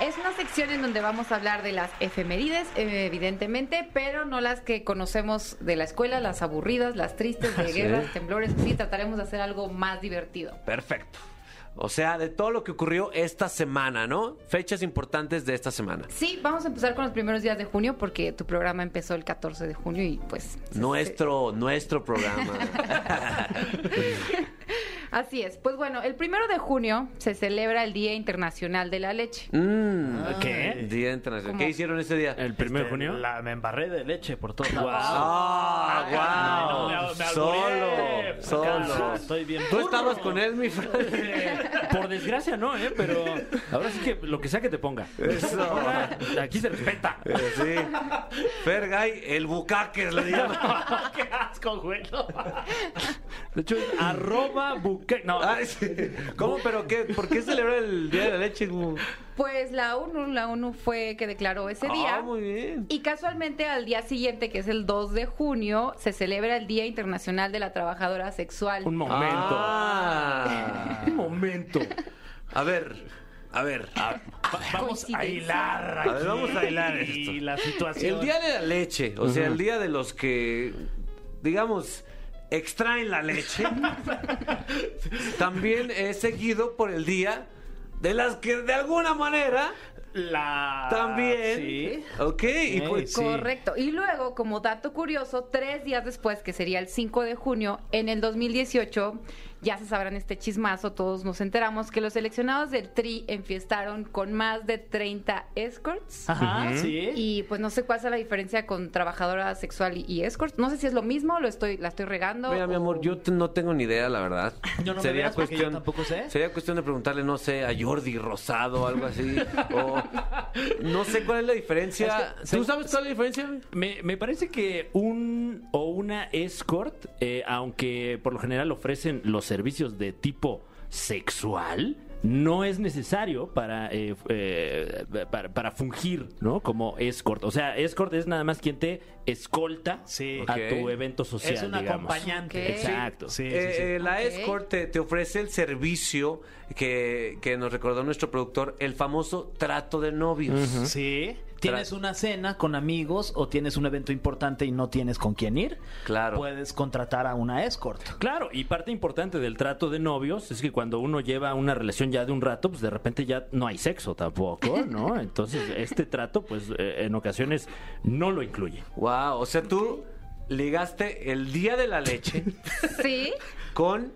S10: Es una sección en donde vamos a hablar de las efemérides, eh, evidentemente, pero no las que conocemos de la escuela, las aburridas, las tristes, de guerras, temblores. Sí, trataremos de hacer algo más divertido.
S2: Perfecto. O sea, de todo lo que ocurrió esta semana, ¿no? Fechas importantes de esta semana.
S10: Sí, vamos a empezar con los primeros días de junio porque tu programa empezó el 14 de junio y pues... se-
S2: Nuestro, nuestro programa.
S10: Así es. Pues bueno, el primero de junio se celebra el Día Internacional de la Leche.
S2: Mm,
S3: ¿Qué?
S2: Día internacional. ¿Qué
S10: ¿Cómo?
S2: hicieron ese día?
S3: ¿El primero de
S4: Este,
S3: junio?
S4: La, me embarré de leche por todos lados.
S2: ¡Ah,
S4: no,
S2: guau!
S4: me- me albureé.
S2: solo,
S4: Pues,
S2: solo.
S4: carajo, estoy bien
S2: ¿Tú
S4: burro.
S2: estabas con él, mi Fran?
S3: Por desgracia no, ¿eh? Pero ahora sí que lo que sea que te ponga.
S2: Eso.
S3: Ahora, Aquí se respeta.
S2: Eh, Sí. Fergay, el bucaques le llaman.
S4: ¡Qué asco, güey! No.
S3: De hecho, es arroba buque... No,
S2: Ay, sí. ¿Cómo? ¿Pero qué? ¿Por qué celebra el Día de la Leche?
S10: Pues la ONU, la ONU fue que declaró ese día.
S2: Ah, muy bien.
S10: Y casualmente al día siguiente, que es el 2 de junio, se celebra el Día Internacional de la Trabajadora Sexual.
S3: un momento.
S2: Ah.
S3: Un momento.
S2: A ver, a ver.
S4: Va- Vamos a
S10: Coincidencia.
S4: hilar
S2: A ver,
S4: aquí
S2: vamos a hilar esto.
S4: Y la situación.
S2: El día de la leche, o sea, el día de los que, digamos, extraen la leche, también es seguido por el día de las que de alguna manera
S4: La...
S2: también.
S4: Ah, Sí.
S2: Ok, y
S4: Sí,
S2: cu-
S4: sí.
S10: Correcto. Y luego, como dato curioso, tres días después, que sería el 5 de junio, en el 2018, ya se sabrán este chismazo, todos nos enteramos, que los seleccionados del TRI enfiestaron con más de 30 escorts.
S4: Ajá, sí.
S10: Y pues no sé cuál es la diferencia con trabajadora sexual y, y escorts. No sé si es lo mismo, lo estoy, la estoy regando.
S2: Mira, mi
S10: o-
S2: amor, yo t- no tengo ni idea, la verdad.
S4: Yo no me veas porque yo tampoco sé.
S2: Sería cuestión de preguntarle, no sé, a Jordi Rosado o algo así. o no sé cuál es la diferencia.
S3: Es que-
S2: ¿Tú sabes cuál es la diferencia?
S3: Me, me parece que un o una escort, eh, aunque por lo general ofrecen los servicios de tipo sexual, no es necesario para, eh, eh, para, para fungir, ¿no? Como escort. O sea, escort es nada más quien te escolta
S4: Sí.
S3: a
S2: Ok.
S3: tu evento social,
S4: es un
S3: digamos.
S4: acompañante.
S10: Ok.
S3: Exacto.
S4: Sí, sí,
S2: Eh,
S4: sí.
S2: eh, la
S10: Ok.
S2: escort te, te ofrece el servicio que, que nos recordó nuestro productor, el famoso trato de novios.
S4: Sí. Tienes una cena con amigos o tienes un evento importante y no tienes con quién ir.
S2: Claro.
S4: Puedes contratar a una escort.
S3: Claro, y parte importante del trato de novios es que cuando uno lleva una relación ya de un rato, pues de repente ya no hay sexo tampoco, ¿no? Entonces, este trato, pues eh, en ocasiones no lo incluye.
S2: Wow, o sea, tú ligaste el día de la leche
S10: Sí,
S2: con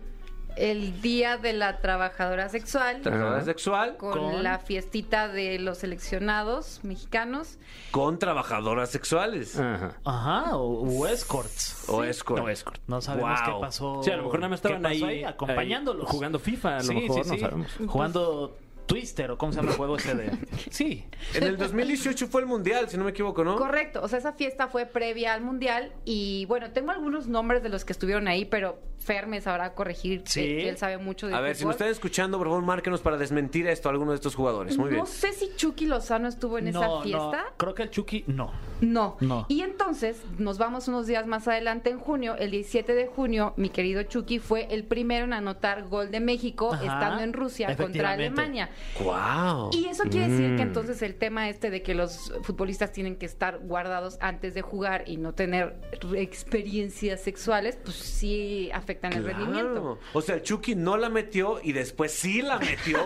S10: el Día de la Trabajadora Sexual.
S2: trabajadora sexual,
S10: con, la fiestita de los seleccionados mexicanos.
S2: con trabajadoras sexuales
S3: Ajá.
S4: Ajá, o, o escorts.
S2: o escort.
S3: No escort.
S4: No sabemos
S2: Wow.
S4: qué pasó.
S3: Sí, a lo mejor nada más
S4: qué
S3: estaban
S4: pasó
S3: ahí,
S4: acompañándolos.
S3: ahí jugando FIFA, a lo
S4: Sí,
S3: mejor,
S4: sí,
S3: no
S4: sí.
S3: sabemos.
S10: Pues,
S4: Jugando Twister o cómo se llama el juego ese de. Sí.
S2: En el 2018 fue el mundial, si no me equivoco, ¿no?
S10: Correcto, o sea, esa fiesta fue previa al Mundial y bueno, tengo algunos nombres de los que estuvieron ahí, pero Fer me sabrá corregir,
S4: Sí.
S10: que él sabe mucho de
S2: A ver, si
S10: fútbol.
S2: nos están escuchando, por favor, márquenos para desmentir esto a alguno de estos jugadores. Muy bien.
S10: No sé si Chucky Lozano estuvo en esa fiesta.
S4: No, creo que el Chucky no.
S10: No.
S4: No.
S10: Y entonces nos vamos unos días más adelante en junio, el 17 de junio, mi querido Chucky fue el primero en anotar gol de México
S4: Ajá,
S10: estando en Rusia contra
S4: efectivamente.
S10: Alemania.
S2: Wow.
S10: Y eso quiere decir
S3: Mm.
S10: que entonces el tema este de que los futbolistas tienen que estar guardados antes de jugar y no tener re- experiencias sexuales, pues sí afectan el rendimiento.
S2: Claro. O sea, el Chucky no la metió y después sí la metió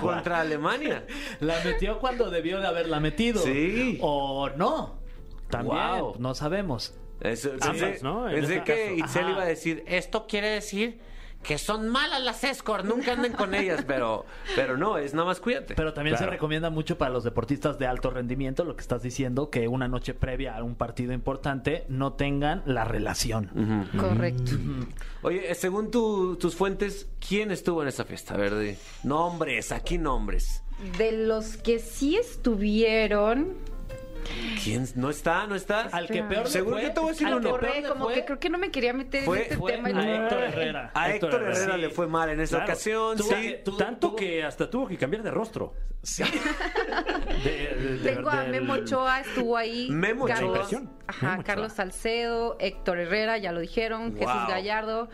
S2: contra Alemania.
S4: La metió cuando debió de haberla metido.
S2: Sí.
S4: O no. También.
S2: Wow.
S4: No sabemos.
S2: Eso,
S3: Ambas,
S2: pensé
S3: ¿no? En
S2: pensé
S3: este
S2: que
S3: caso.
S2: Itzel
S4: Ajá.
S2: iba a decir, esto quiere decir que son malas las escort, nunca anden con ellas, pero, pero no, es nada más cuídate.
S4: Pero también se
S3: Claro.
S4: recomienda mucho para los deportistas de alto rendimiento lo que estás diciendo, que una noche previa a un partido importante no tengan la relación.
S10: Correcto.
S2: Oye, eh, según tu- tus fuentes, ¿quién estuvo en esa fiesta? A ver, di. nombres, aquí nombres.
S10: De los que sí estuvieron,
S2: ¿Quién? ¿No está? ¿No está?
S4: Al que peor le
S2: Seguro
S4: fue,
S2: que te voy a decir
S4: al
S2: uno.
S4: que peor
S10: corre,
S4: le
S10: como
S4: fue,
S10: que creo que no me quería meter
S2: fue-
S10: en este
S4: fue
S10: tema. y
S4: a
S10: no-
S4: Héctor Herrera.
S2: A
S3: Héctor
S2: Héctor Herrera,
S3: Herrera.
S2: le fue mal en esa
S3: Claro.
S2: ocasión,
S3: Tuvo-
S2: sí.
S4: tú-
S3: Tanto
S4: tuvo-
S3: que hasta tuvo que cambiar de rostro.
S4: Sí.
S3: De- de- de-
S10: Tengo a
S3: del-
S10: Memo Ochoa, estuvo ahí.
S2: Memo Ochoa.
S10: Carlos,
S3: Impresión.
S10: ajá,
S3: Memo Ochoa.
S10: Carlos Salcedo, Héctor Herrera, ya lo dijeron, Jesús Gallardo,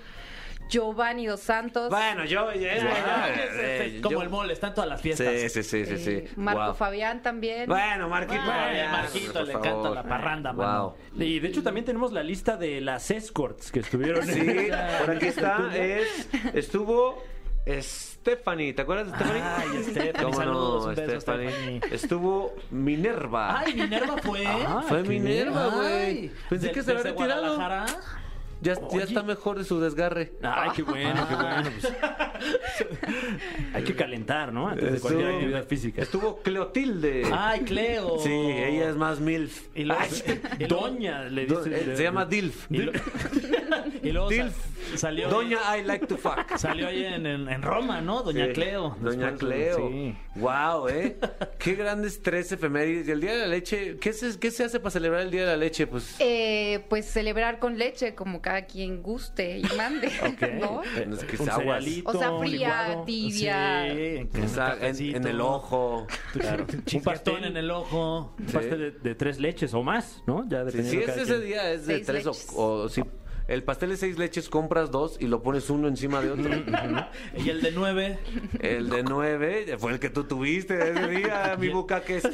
S10: Giovanni Dos Santos.
S2: Bueno, yo... eh, ya- ya- ya-
S4: Sí, Eh, Como
S2: Eh, yo-
S4: el mole, están todas las fiestas.
S2: Sí, sí, sí, sí, sí.
S10: eh, Marco
S2: Wow.
S10: Fabián también.
S2: Bueno, Marquito.
S4: Bueno,
S2: ya,
S4: Marquito,
S2: por
S4: le encanta la parranda, mano.
S2: Wow.
S3: Y de hecho también tenemos la lista de las escorts que estuvieron
S2: Sí,
S3: en-
S2: por aquí está. Es, estuvo Stephanie. ¿Te acuerdas de Stephanie?
S4: Ay, Stephanie,
S2: ¿Cómo
S4: saludos,
S2: no,
S4: un beso,
S2: Stephanie?
S4: Stephanie.
S2: Estuvo Minerva.
S4: Ay, Minerva fue.
S3: Ah,
S2: Fue
S3: qué
S2: Minerva,
S4: Ay,
S2: güey. Pensé
S4: de-
S2: que se había
S4: desde
S2: retirado.
S4: Guadalajara.
S2: Ya, ya está mejor de su desgarre.
S3: Ay, qué bueno, qué bueno. pues. hay que calentar, ¿no? Antes de cualquier actividad física.
S2: Estuvo Cleotilde.
S4: Ay, Cleo.
S2: Sí, ella es más MILF.
S4: Y luego-
S2: Ay,
S4: y luego-
S3: Doña, le
S2: do-
S3: dice.
S2: eh, se llama DILF.
S4: Y, lo- y luego
S2: Dilf.
S4: sa- salió.
S2: Doña I like to fuck.
S4: Salió ahí en, en- en Roma, ¿no? Doña
S2: Sí,
S4: Cleo.
S2: Doña
S4: Después-
S2: Cleo.
S4: sí.
S2: Wow, ¿eh? Qué grandes tres efemérides. Y el Día de la Leche, ¿qué se, qué se hace para celebrar el Día de la Leche? Pues
S10: Eh, pues celebrar con leche, como cada quien guste y mande, ¿no?
S2: Eh, es que
S3: un
S2: es aguas.
S3: cerealito,
S10: O sea, fría,
S3: licuado.
S10: tibia.
S4: Sí, con
S2: Esa- en- en,
S4: cafecito.
S2: el ojo.
S3: Claro.
S4: Un bastón en el ojo.
S3: Un pastel de, de tres leches o más, ¿no? Ya
S2: Si
S3: dependiendo
S2: si
S3: de
S2: es
S3: cada
S2: ese
S3: quien.
S2: día, es de
S10: Seis
S2: tres o,
S10: leches.
S2: o si el pastel de seis leches compras dos y lo pones uno encima de otro.
S4: Y el de nueve.
S2: el de nueve fue el que tú tuviste ese día, mi bucaques.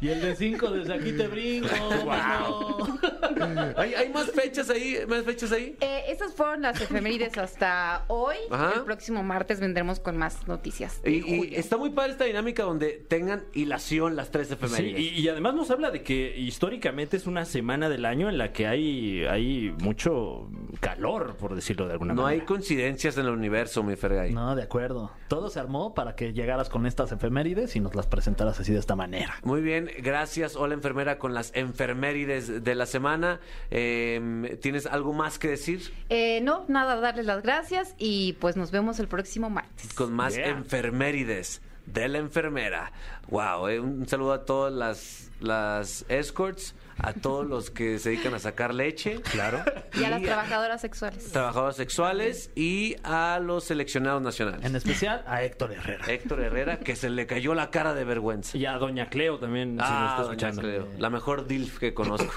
S4: Y el de cinco, desde aquí te brinco. mano.
S2: ¿Hay, hay más fechas ahí, más fechas ahí.
S10: Eh, esas fueron las efemérides hasta hoy.
S2: Ajá.
S10: El próximo martes vendremos con más noticias.
S2: Y, y está muy padre esta dinámica donde tengan hilación las tres
S3: Sí,
S2: efemérides.
S3: y, y además nos habla de que históricamente es una semana del año en la que hay, hay mucho calor, por decirlo de alguna
S2: No hay
S3: manera.
S2: coincidencias en el universo, mi Fergay.
S4: No, de acuerdo. Todo se armó para que llegaras con estas efemérides y nos las presentaras así de esta manera.
S2: Muy bien, gracias. Hola enfermera con las enfermerides de la semana. Eh, ¿Tienes algo más que decir?
S10: Eh, no, nada, darles las gracias y pues nos vemos el próximo martes.
S2: Con más
S3: Yeah.
S2: enfermerides de la enfermera. Wow, eh, un saludo a todas las, las escorts, a todos los que se dedican a sacar leche. Claro.
S10: Y a las trabajadoras sexuales.
S2: Trabajadores sexuales y a los seleccionados nacionales.
S4: En especial a Héctor Herrera.
S2: Héctor Herrera, que se le cayó la cara de vergüenza.
S3: Y a Doña Cleo también, si nos
S2: Ah,
S3: está
S2: doña
S3: escuchando.
S2: Cleo, la mejor DILF que conozco.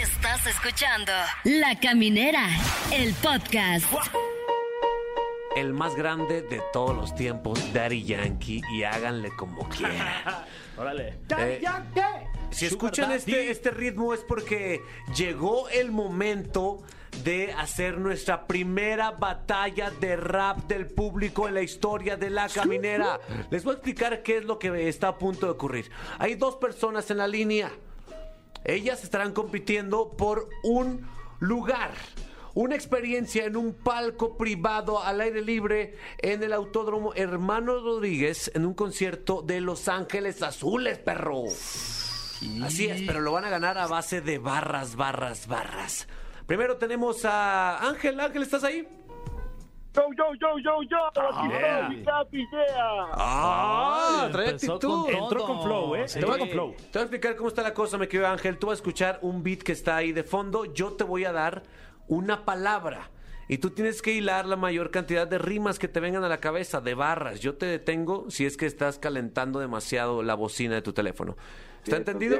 S5: Estás escuchando La Caminera, el podcast.
S2: El más grande de todos los tiempos, Daddy Yankee, y háganle como quieran.
S4: Órale.
S2: Eh, Si escuchan este, este ritmo es porque llegó el momento de hacer nuestra primera batalla de rap del público en la historia de la caminera. Les voy a explicar qué es lo que está a punto de ocurrir. Hay dos personas en la línea. Ellas estarán compitiendo por un lugar, una experiencia en un palco privado al aire libre en el Autódromo Hermano Rodríguez en un concierto de Los Ángeles Azules, perro. Así es, pero lo van a ganar a base de barras, barras, barras. Primero tenemos a Ángel. Ángel, ¿estás ahí?
S11: Yo, yo, yo, yo, yo, aquí
S2: Ah, yeah.
S11: estoy, mi capi, sea.
S2: Ah,
S4: Ay,
S2: trae
S4: empezó
S2: actitud.
S4: con Entró todo. con flow, ¿eh? Entró con flow.
S2: Te voy a explicar cómo está la cosa, me querido Ángel. Tú vas a escuchar un beat que está ahí de fondo. Yo te voy a dar una palabra. Y tú tienes que hilar la mayor cantidad de rimas que te vengan a la cabeza, de barras. Yo te detengo si es que estás calentando demasiado la bocina de tu teléfono. ¿Está entendido?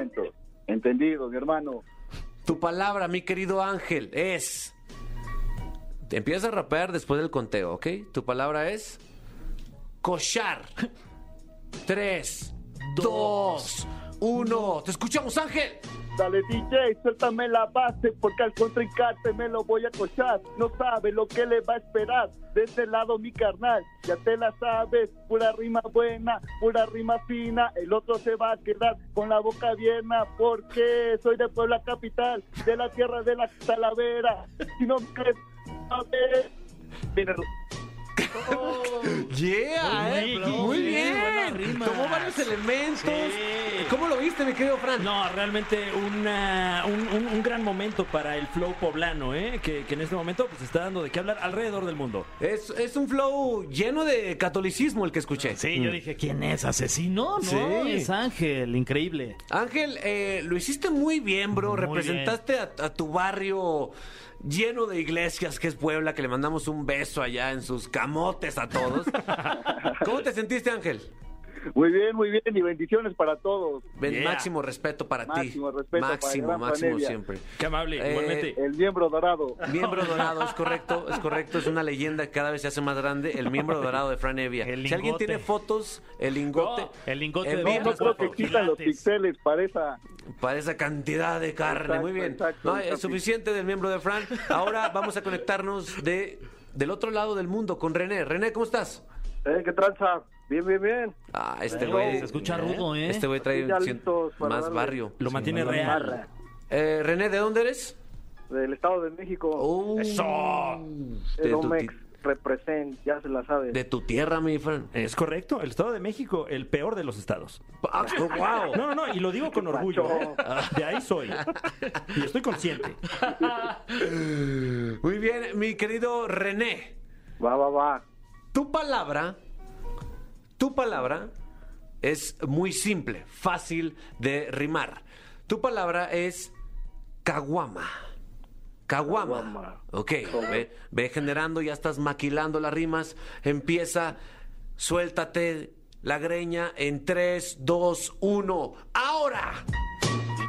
S11: Entendido, mi hermano.
S2: Tu palabra, mi querido Ángel, es. Te empiezas a rapear después del conteo, ¿ok? Tu palabra es. Cochar. Tres, dos, uno. ¡Te escuchamos, Ángel!
S11: Dale DJ, suéltame la base porque al contrincante me lo voy a cochar. No sabe lo que le va a esperar. De este lado mi carnal, ya te la sabes. Pura rima buena, pura rima fina. El otro se va a quedar con la boca abierta porque soy de Puebla capital, de la tierra de la talavera. Si no me crees, a ver. Viene-
S2: ¡Yeah!
S4: Muy
S2: eh,
S4: bien,
S2: ¡Muy
S4: sí,
S2: bien!
S4: buenas rimas.
S2: Tomó varios elementos.
S4: Sí.
S2: ¿Cómo lo viste, mi querido Fran?
S3: No, realmente una, un, un- un gran momento para el flow poblano, ¿eh? que, que en este momento pues está dando de qué hablar alrededor del mundo.
S2: Es, es un flow lleno de catolicismo el que escuché.
S4: Sí, yo dije, ¿quién es? ¿Asesino? No,
S2: Sí.
S4: es Ángel, increíble.
S2: Ángel, eh, lo hiciste muy bien, bro.
S4: Muy
S2: Representaste A, a tu barrio lleno de iglesias, que es Puebla, que le mandamos un beso allá en sus camotes a todos. ¿Cómo te sentiste, Ángel?
S11: Muy bien, muy bien y bendiciones para todos.
S2: Ven,
S3: Yeah.
S2: Máximo respeto para
S11: Máximo
S2: ti.
S11: respeto para
S2: máximo,
S11: Gran
S2: máximo
S11: Panelia.
S2: siempre.
S3: Qué amable,
S2: Eh,
S3: igualmente.
S11: El miembro dorado.
S2: Miembro dorado, es correcto, es correcto, es una leyenda que cada vez se hace más grande, el miembro dorado de Fran Evia.
S4: El
S2: Si alguien
S4: lingote.
S2: tiene fotos, el lingote. eh,
S3: No, el lingote de
S11: No,
S2: envíenos,
S11: no
S3: Vamos,
S11: creo
S2: por
S11: que
S2: favor.
S11: quitan los
S4: Pilates.
S11: pixeles para esa.
S2: Para esa cantidad de carne,
S11: Exacto,
S2: muy bien.
S11: exacto,
S2: No,
S11: exacto.
S2: es suficiente del miembro de Fran. Ahora vamos a conectarnos de del otro lado del mundo con René. René, ¿cómo estás?
S11: Eh, ¿Qué tranza? Bien, bien, bien.
S2: Ah, este
S11: René,
S2: güey.
S11: se
S4: escucha rudo, ¿eh?
S2: Este güey trae
S11: Aquí ya
S2: un cien-
S11: listos para
S2: más
S11: darle.
S2: barrio.
S3: Lo mantiene real.
S11: Barra,
S2: Eh, René, ¿de dónde eres?
S11: Del Estado de México.
S2: Eso. Uh, De
S11: el
S2: tu,
S11: Omex
S2: ti-
S11: represent, ya se la sabe.
S2: de tu tierra, mi Fran.
S3: Es correcto, el Estado de México, el peor de los estados.
S2: Ah, wow.
S3: No, no, no, y lo digo con orgullo.
S11: macho.
S3: ¿eh? De ahí soy. Y estoy consciente.
S2: Muy bien, mi querido René.
S11: Va, va, va.
S2: Tu palabra, tu palabra es muy simple, fácil de rimar. Tu palabra es caguama. Caguama.
S11: Caguama.
S2: Ok, ve, ve generando, ya estás maquilando las rimas. Empieza, suéltate la greña en 3, 2, 1. ¡Ahora!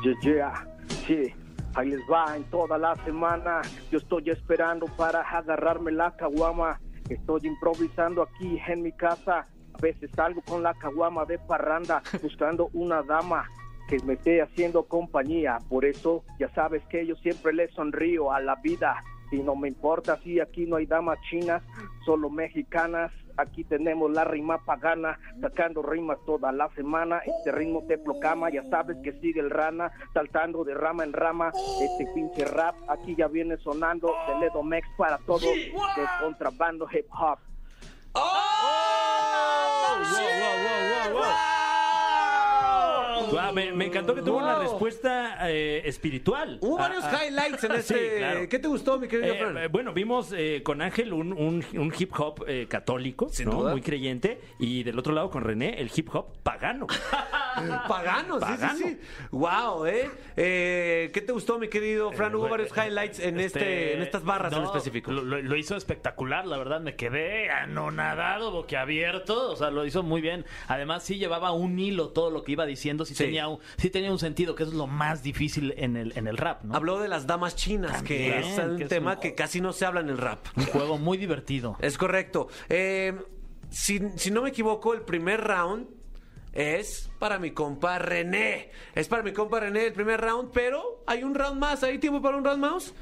S11: Yeah, yeah. Ah, Sí, ahí les va en toda la semana. Yo estoy esperando para agarrarme la caguama. Estoy improvisando aquí en mi casa. A veces salgo con la caguama de parranda buscando una dama que me esté haciendo compañía. Por eso ya sabes que yo siempre le sonrío a la vida. Y no me importa si aquí no hay damas chinas, solo mexicanas. Aquí tenemos la rima pagana, sacando rimas toda la semana. Este ritmo te proclama, ya sabes que sigue el rana, saltando de rama en rama. Este pinche rap aquí ya viene sonando, de Ledo Mex para todo, de contrabando hip hop.
S2: ¡Oh!
S3: wow, wow, wow, wow, wow.
S2: ¡Wow!
S3: Ah, me, me encantó que tuvo una respuesta eh, espiritual.
S2: Hubo
S3: Ah,
S2: varios
S3: ah.
S2: highlights en
S3: Sí,
S2: este.
S3: claro.
S2: ¿Qué te gustó, mi querido
S3: Eh,
S2: Fran?
S3: eh, bueno, vimos eh, con Ángel un, un- un hip hop eh, católico, ¿no?
S2: duda.
S3: muy creyente, y del otro lado con René el hip hop pagano.
S2: Pagano, sí,
S3: Pagano.
S2: sí, sí. Wow, ¿eh? Eh, qué te gustó, mi querido Fran? Hubo varios highlights en este, en estas barras en
S4: Eh, no,
S2: específico.
S4: Lo, lo- lo hizo espectacular, la verdad. Me quedé anonadado, boquiabierto. O sea, lo hizo muy bien. Además, sí llevaba un hilo todo lo que iba diciendo. Sí, Tenía, un, sí tenía un sentido, que es lo más difícil en el, en el rap, ¿no?
S2: Habló de las damas chinas, que
S4: También,
S2: es un
S4: que es
S2: tema
S4: un
S2: que casi no se habla en el rap.
S4: Un juego muy divertido.
S2: Es correcto. Eh, si, si no me equivoco, el primer round es para mi compa René. Es para mi compa René el primer round, pero hay un round más. ¿Hay tiempo para un round más?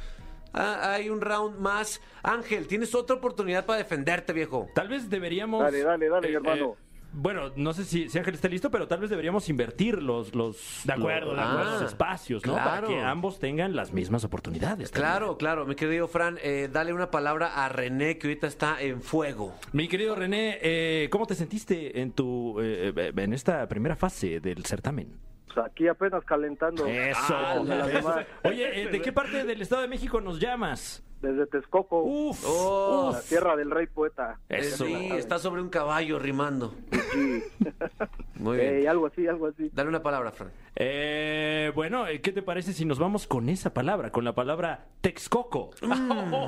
S2: Ah, hay un round más. Ángel, tienes otra oportunidad para defenderte, viejo.
S3: Tal vez deberíamos. eh,
S11: Dale, dale, dale, hermano.
S3: bueno, no sé si, si Ángel está listo, pero tal vez deberíamos invertir los, los,
S4: De acuerdo,
S3: los,
S4: de acuerdo. Ah,
S3: los espacios, ¿no? Para
S2: claro.
S3: que ambos tengan las mismas oportunidades.
S2: Claro, claro, mi querido Fran, eh, dale una palabra a René que ahorita está en fuego.
S3: Mi querido René, eh, ¿cómo te sentiste en tu eh, eh, en esta primera fase del certamen?
S11: Pues aquí apenas calentando.
S3: Ah,
S11: Como
S3: la-
S11: las demás.
S3: Oye, eh, ¿de qué parte del Estado de México nos llamas?
S11: Desde Texcoco,
S3: Uf,
S2: Oh.
S11: la tierra del rey poeta.
S3: Eso.
S2: Sí, está sobre un caballo rimando. Muy
S8: Eh,
S2: bien.
S11: Ey, eh, algo así, algo así.
S2: Dale una palabra, Fran.
S3: Eh, bueno, eh, ¿qué te parece si nos vamos con esa palabra, con la palabra Texcoco?
S2: Oh,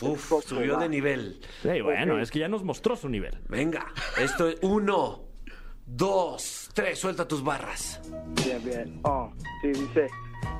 S2: Uf, subió de nivel.
S3: Sí, bueno,
S11: Ok.
S3: es que ya nos mostró su nivel.
S2: Venga, esto es uno, dos, tres, suelta tus barras.
S11: Bien, bien. Oh, sí, dice.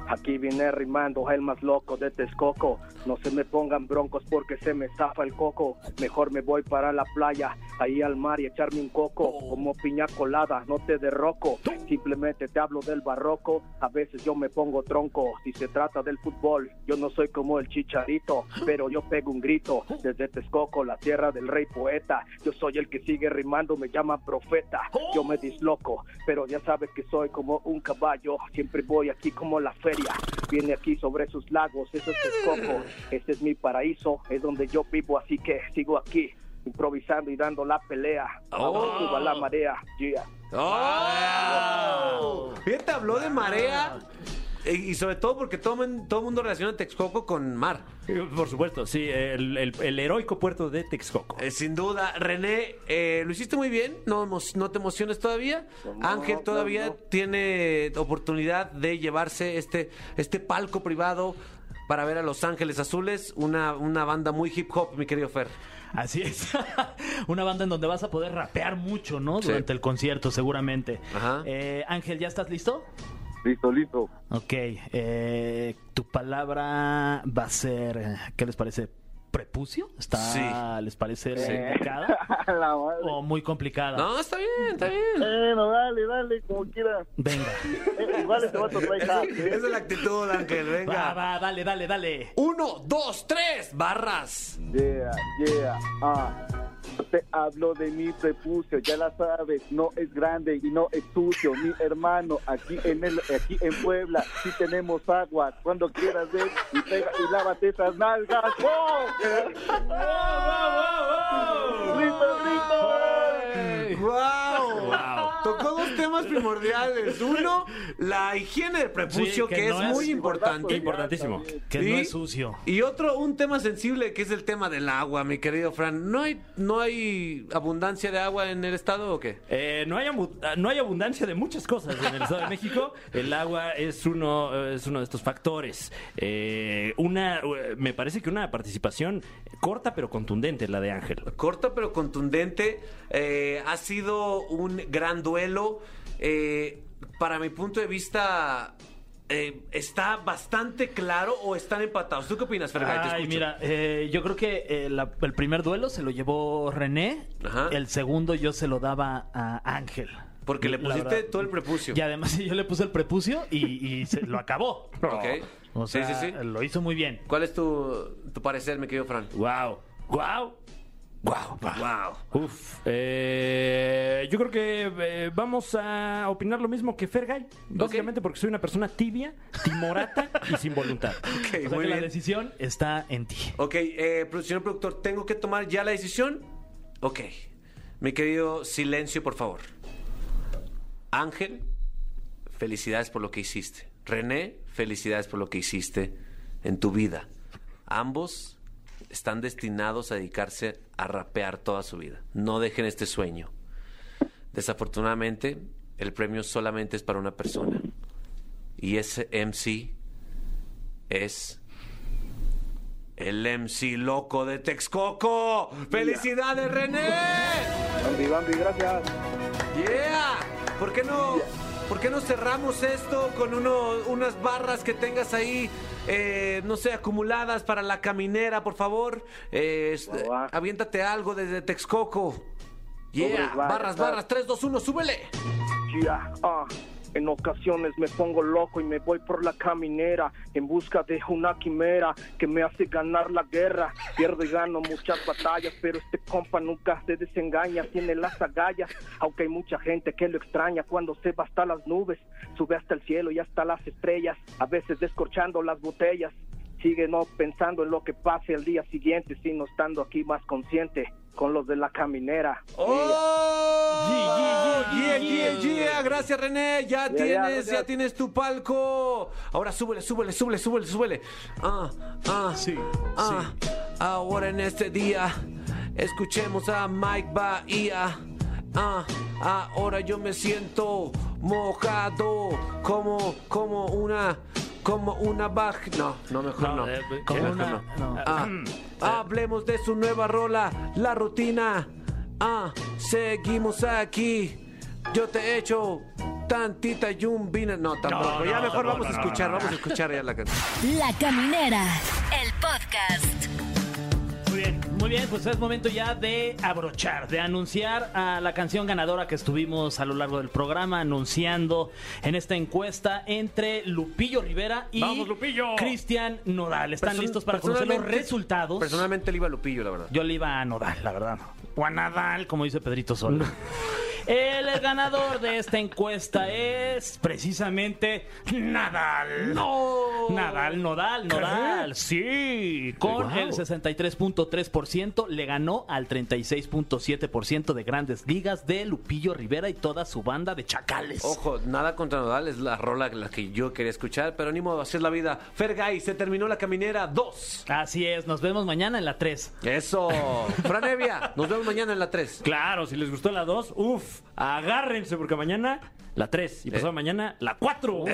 S11: Aquí viene rimando el más loco de Texcoco. No se me pongan broncos porque se me zafa el coco. Mejor me voy para la playa, ahí al mar y echarme un coco. Como piña colada, no te derroco. Simplemente te hablo del barroco. A veces yo me pongo tronco. Si se trata del fútbol, yo no soy como el chicharito. Pero yo pego un grito desde Texcoco, la tierra del rey poeta. Yo soy el que sigue rimando, me llaman profeta. Yo me disloco, pero ya sabes que soy como un caballo. Siempre voy aquí como la feria. Viene aquí sobre sus lagos, eso es Texcoco. Este es mi paraíso, es donde yo vivo, así que sigo aquí. Improvisando y dando la pelea.
S3: Oh.
S11: Abajo suba la marea. Yeah.
S2: ¡Oh! Bien, te habló de marea. Y y sobre todo porque todo el todo mundo relaciona Texcoco con mar.
S3: Eh, Por supuesto, sí, el, el- el heroico puerto de Texcoco.
S2: Eh, sin duda, René, eh, lo hiciste muy bien, no, emo- no te emociones todavía.
S11: No,
S2: Ángel
S11: no,
S2: todavía
S11: no.
S2: tiene oportunidad de llevarse este, este palco privado para ver a Los Ángeles Azules, una, una banda muy hip hop, mi querido Fer.
S4: Así es. Una banda en donde vas a poder rapear mucho, ¿no? Durante el concierto, seguramente.
S2: Ajá.
S4: Eh, Ángel, ¿ya estás listo?
S11: Listo, listo.
S4: Ok. eh, tu palabra va a ser, eh, ¿qué les parece? ¿Prepucio? ¿Está,
S2: Sí.
S4: ¿Les parece complicada?
S11: la madre.
S4: ¿O muy complicada?
S2: No, está bien, está bien.
S11: Bueno, dale, dale, como quiera.
S4: Venga.
S11: Eh, igual este vato trae
S2: Esa es la actitud, Ángel,
S4: Va,
S2: venga.
S4: va, dale, dale, dale.
S2: Uno, dos, tres, barras.
S11: Yeah, yeah, ah. Yo Te hablo de mi prepucio, ya la sabes, no es grande y no es sucio, mi hermano, aquí en el, aquí en Puebla, sí tenemos agua, cuando quieras ven y pega y lávate esas nalgas. ¡oh! ¡Wow! ¡Listo, listo!
S2: ¡Wow! Tocó dos temas primordiales. Uno, la higiene del prepucio,
S4: Sí,
S2: que,
S4: que
S2: es
S4: no es
S2: muy importante.
S3: Importantísimo.
S4: Que
S2: ¿Sí?
S4: no es sucio.
S2: Y otro, un tema sensible que es el tema del agua, mi querido Fran. ¿No hay, no hay abundancia de agua en el estado o qué?
S3: Eh, no, hay abu- ah, no hay abundancia de muchas cosas en el Estado de México. El agua es uno, eh, es uno de estos factores. Eh, una, eh, me parece que una participación corta pero contundente la de Ángel.
S2: Corta pero contundente. Eh, ha sido un gran duelo. Eh, para mi punto de vista, eh, está bastante claro o están empatados. ¿Tú qué opinas, Fergay? Te
S4: Ay,
S2: escucho.
S4: mira, eh, yo creo que eh, la- el primer duelo se lo llevó René,
S2: Ajá.
S4: el segundo yo se lo daba a Ángel.
S2: Porque le
S4: La
S2: pusiste
S4: verdad.
S2: todo el prepucio.
S4: Y además yo le puse el prepucio y, y se lo acabó.
S2: Ok.
S4: O sea,
S2: sí, sí, sí.
S4: lo hizo muy bien.
S2: ¿Cuál es tu, tu parecer, mi querido Fran?
S3: Wow, wow, wow,
S2: Wow.
S3: Uf, eh, yo creo que eh, vamos a opinar lo mismo que Fergay, básicamente porque soy una persona tibia, timorata y sin voluntad.
S2: Ok,
S4: O sea
S2: muy
S4: que la
S2: bien.
S4: decisión está en ti.
S2: Ok, eh, pro- señor productor, ¿tengo que tomar ya la decisión? Ok. Mi querido, silencio, por favor. Ángel, felicidades por lo que hiciste. René, felicidades por lo que hiciste en tu vida. Ambos están destinados a dedicarse a rapear toda su vida. No dejen este sueño. Desafortunadamente, el premio solamente es para una persona. Y ese MC es el MC loco de Texcoco. ¡Felicidades, René!
S11: Bambi, Bambi, gracias.
S2: ¡Yeah! ¿Por qué no, por qué no cerramos esto con uno, unas barras que tengas ahí, eh, no sé, acumuladas para la caminera, por favor? Eh, es- aviéntate algo desde Texcoco. Yeah,
S11: Sobres, va,
S2: barras,
S11: va.
S2: barras, 3, 2, 1, súbele.
S11: Ya, ah. En ocasiones me pongo loco y me voy por la caminera en busca de una quimera que me hace ganar la guerra. Pierdo y gano muchas batallas, pero este compa nunca se desengaña, tiene las agallas. Aunque hay mucha gente que lo extraña cuando se va hasta las nubes, sube hasta el cielo y hasta las estrellas, a veces descorchando las botellas. Sigue no pensando en lo que pase el día siguiente, sino estando aquí más consciente con los de la caminera.
S2: ¡Oh! Yeah, yeah, yeah. Gracias, René.
S11: Ya,
S2: Ya
S11: ya,
S2: tienes,
S11: gracias.
S2: ya tienes tu palco. Ahora súbele, súbele, súbele, súbele, súbele. Ah, ah, sí, ah. Ahora en este día escuchemos a Mike Bahía. Ah, ahora yo me siento mojado como, como una, como una baj. No, no mejor no.
S3: eh,
S2: Como
S3: eh,
S2: una-
S3: no.
S2: Ah, hablemos de su nueva rola, la rutina. Ah, seguimos aquí. Yo te echo tantita yumbina. No, tampoco.
S5: No,
S2: ya
S5: no,
S2: mejor
S5: no,
S2: vamos
S5: no,
S2: a
S5: no,
S2: escuchar,
S5: no, no.
S2: vamos a escuchar ya la canción.
S5: La Caminera, el podcast.
S4: Muy bien, muy bien, pues es momento ya de abrochar, de anunciar a la canción ganadora que estuvimos a lo largo del programa anunciando en esta encuesta entre Lupillo Rivera y
S3: ¡Vamos, Lupillo!
S4: Cristian Nodal. ¿Están
S2: Person-
S4: listos para conocer los
S2: personalmente-
S4: resultados?
S2: Personalmente le iba a Lupillo, la verdad.
S4: Yo le iba a Nodal, la verdad. O a Nadal, como dice Pedrito Sol. El ganador de esta encuesta es precisamente Nadal.
S2: ¡No!
S4: Nadal, Nodal, Nodal. Sí. Con
S3: Guau.
S4: el 63.3% le ganó al 36.7% de grandes ligas de Lupillo Rivera y toda su banda de chacales.
S2: Ojo, nada contra Nodal, es la rola la que yo quería escuchar, pero ni modo, así es la vida. Fergay, se terminó la caminera 2.
S4: Así es, nos vemos mañana en la 3.
S2: Eso. Franevia, nos vemos mañana en la 3.
S3: Claro, si les gustó la 2, uff, agárrense porque mañana la 3 y pasado mañana la 4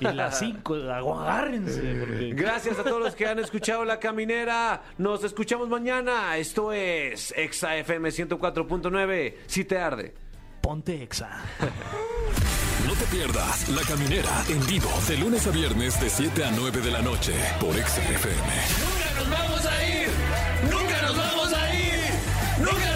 S3: y la 5, agárrense. porque-
S2: Gracias a todos los que han escuchado La Caminera. Nos escuchamos mañana. Esto es Exa FM 104.9. Si te arde.
S4: Ponte exa.
S1: No te pierdas La Caminera en vivo de lunes a viernes de 7 a 9 de la noche por XFM.
S2: ¡Nunca nos vamos a ir! ¡Nunca nos vamos a ir! ¡Nunca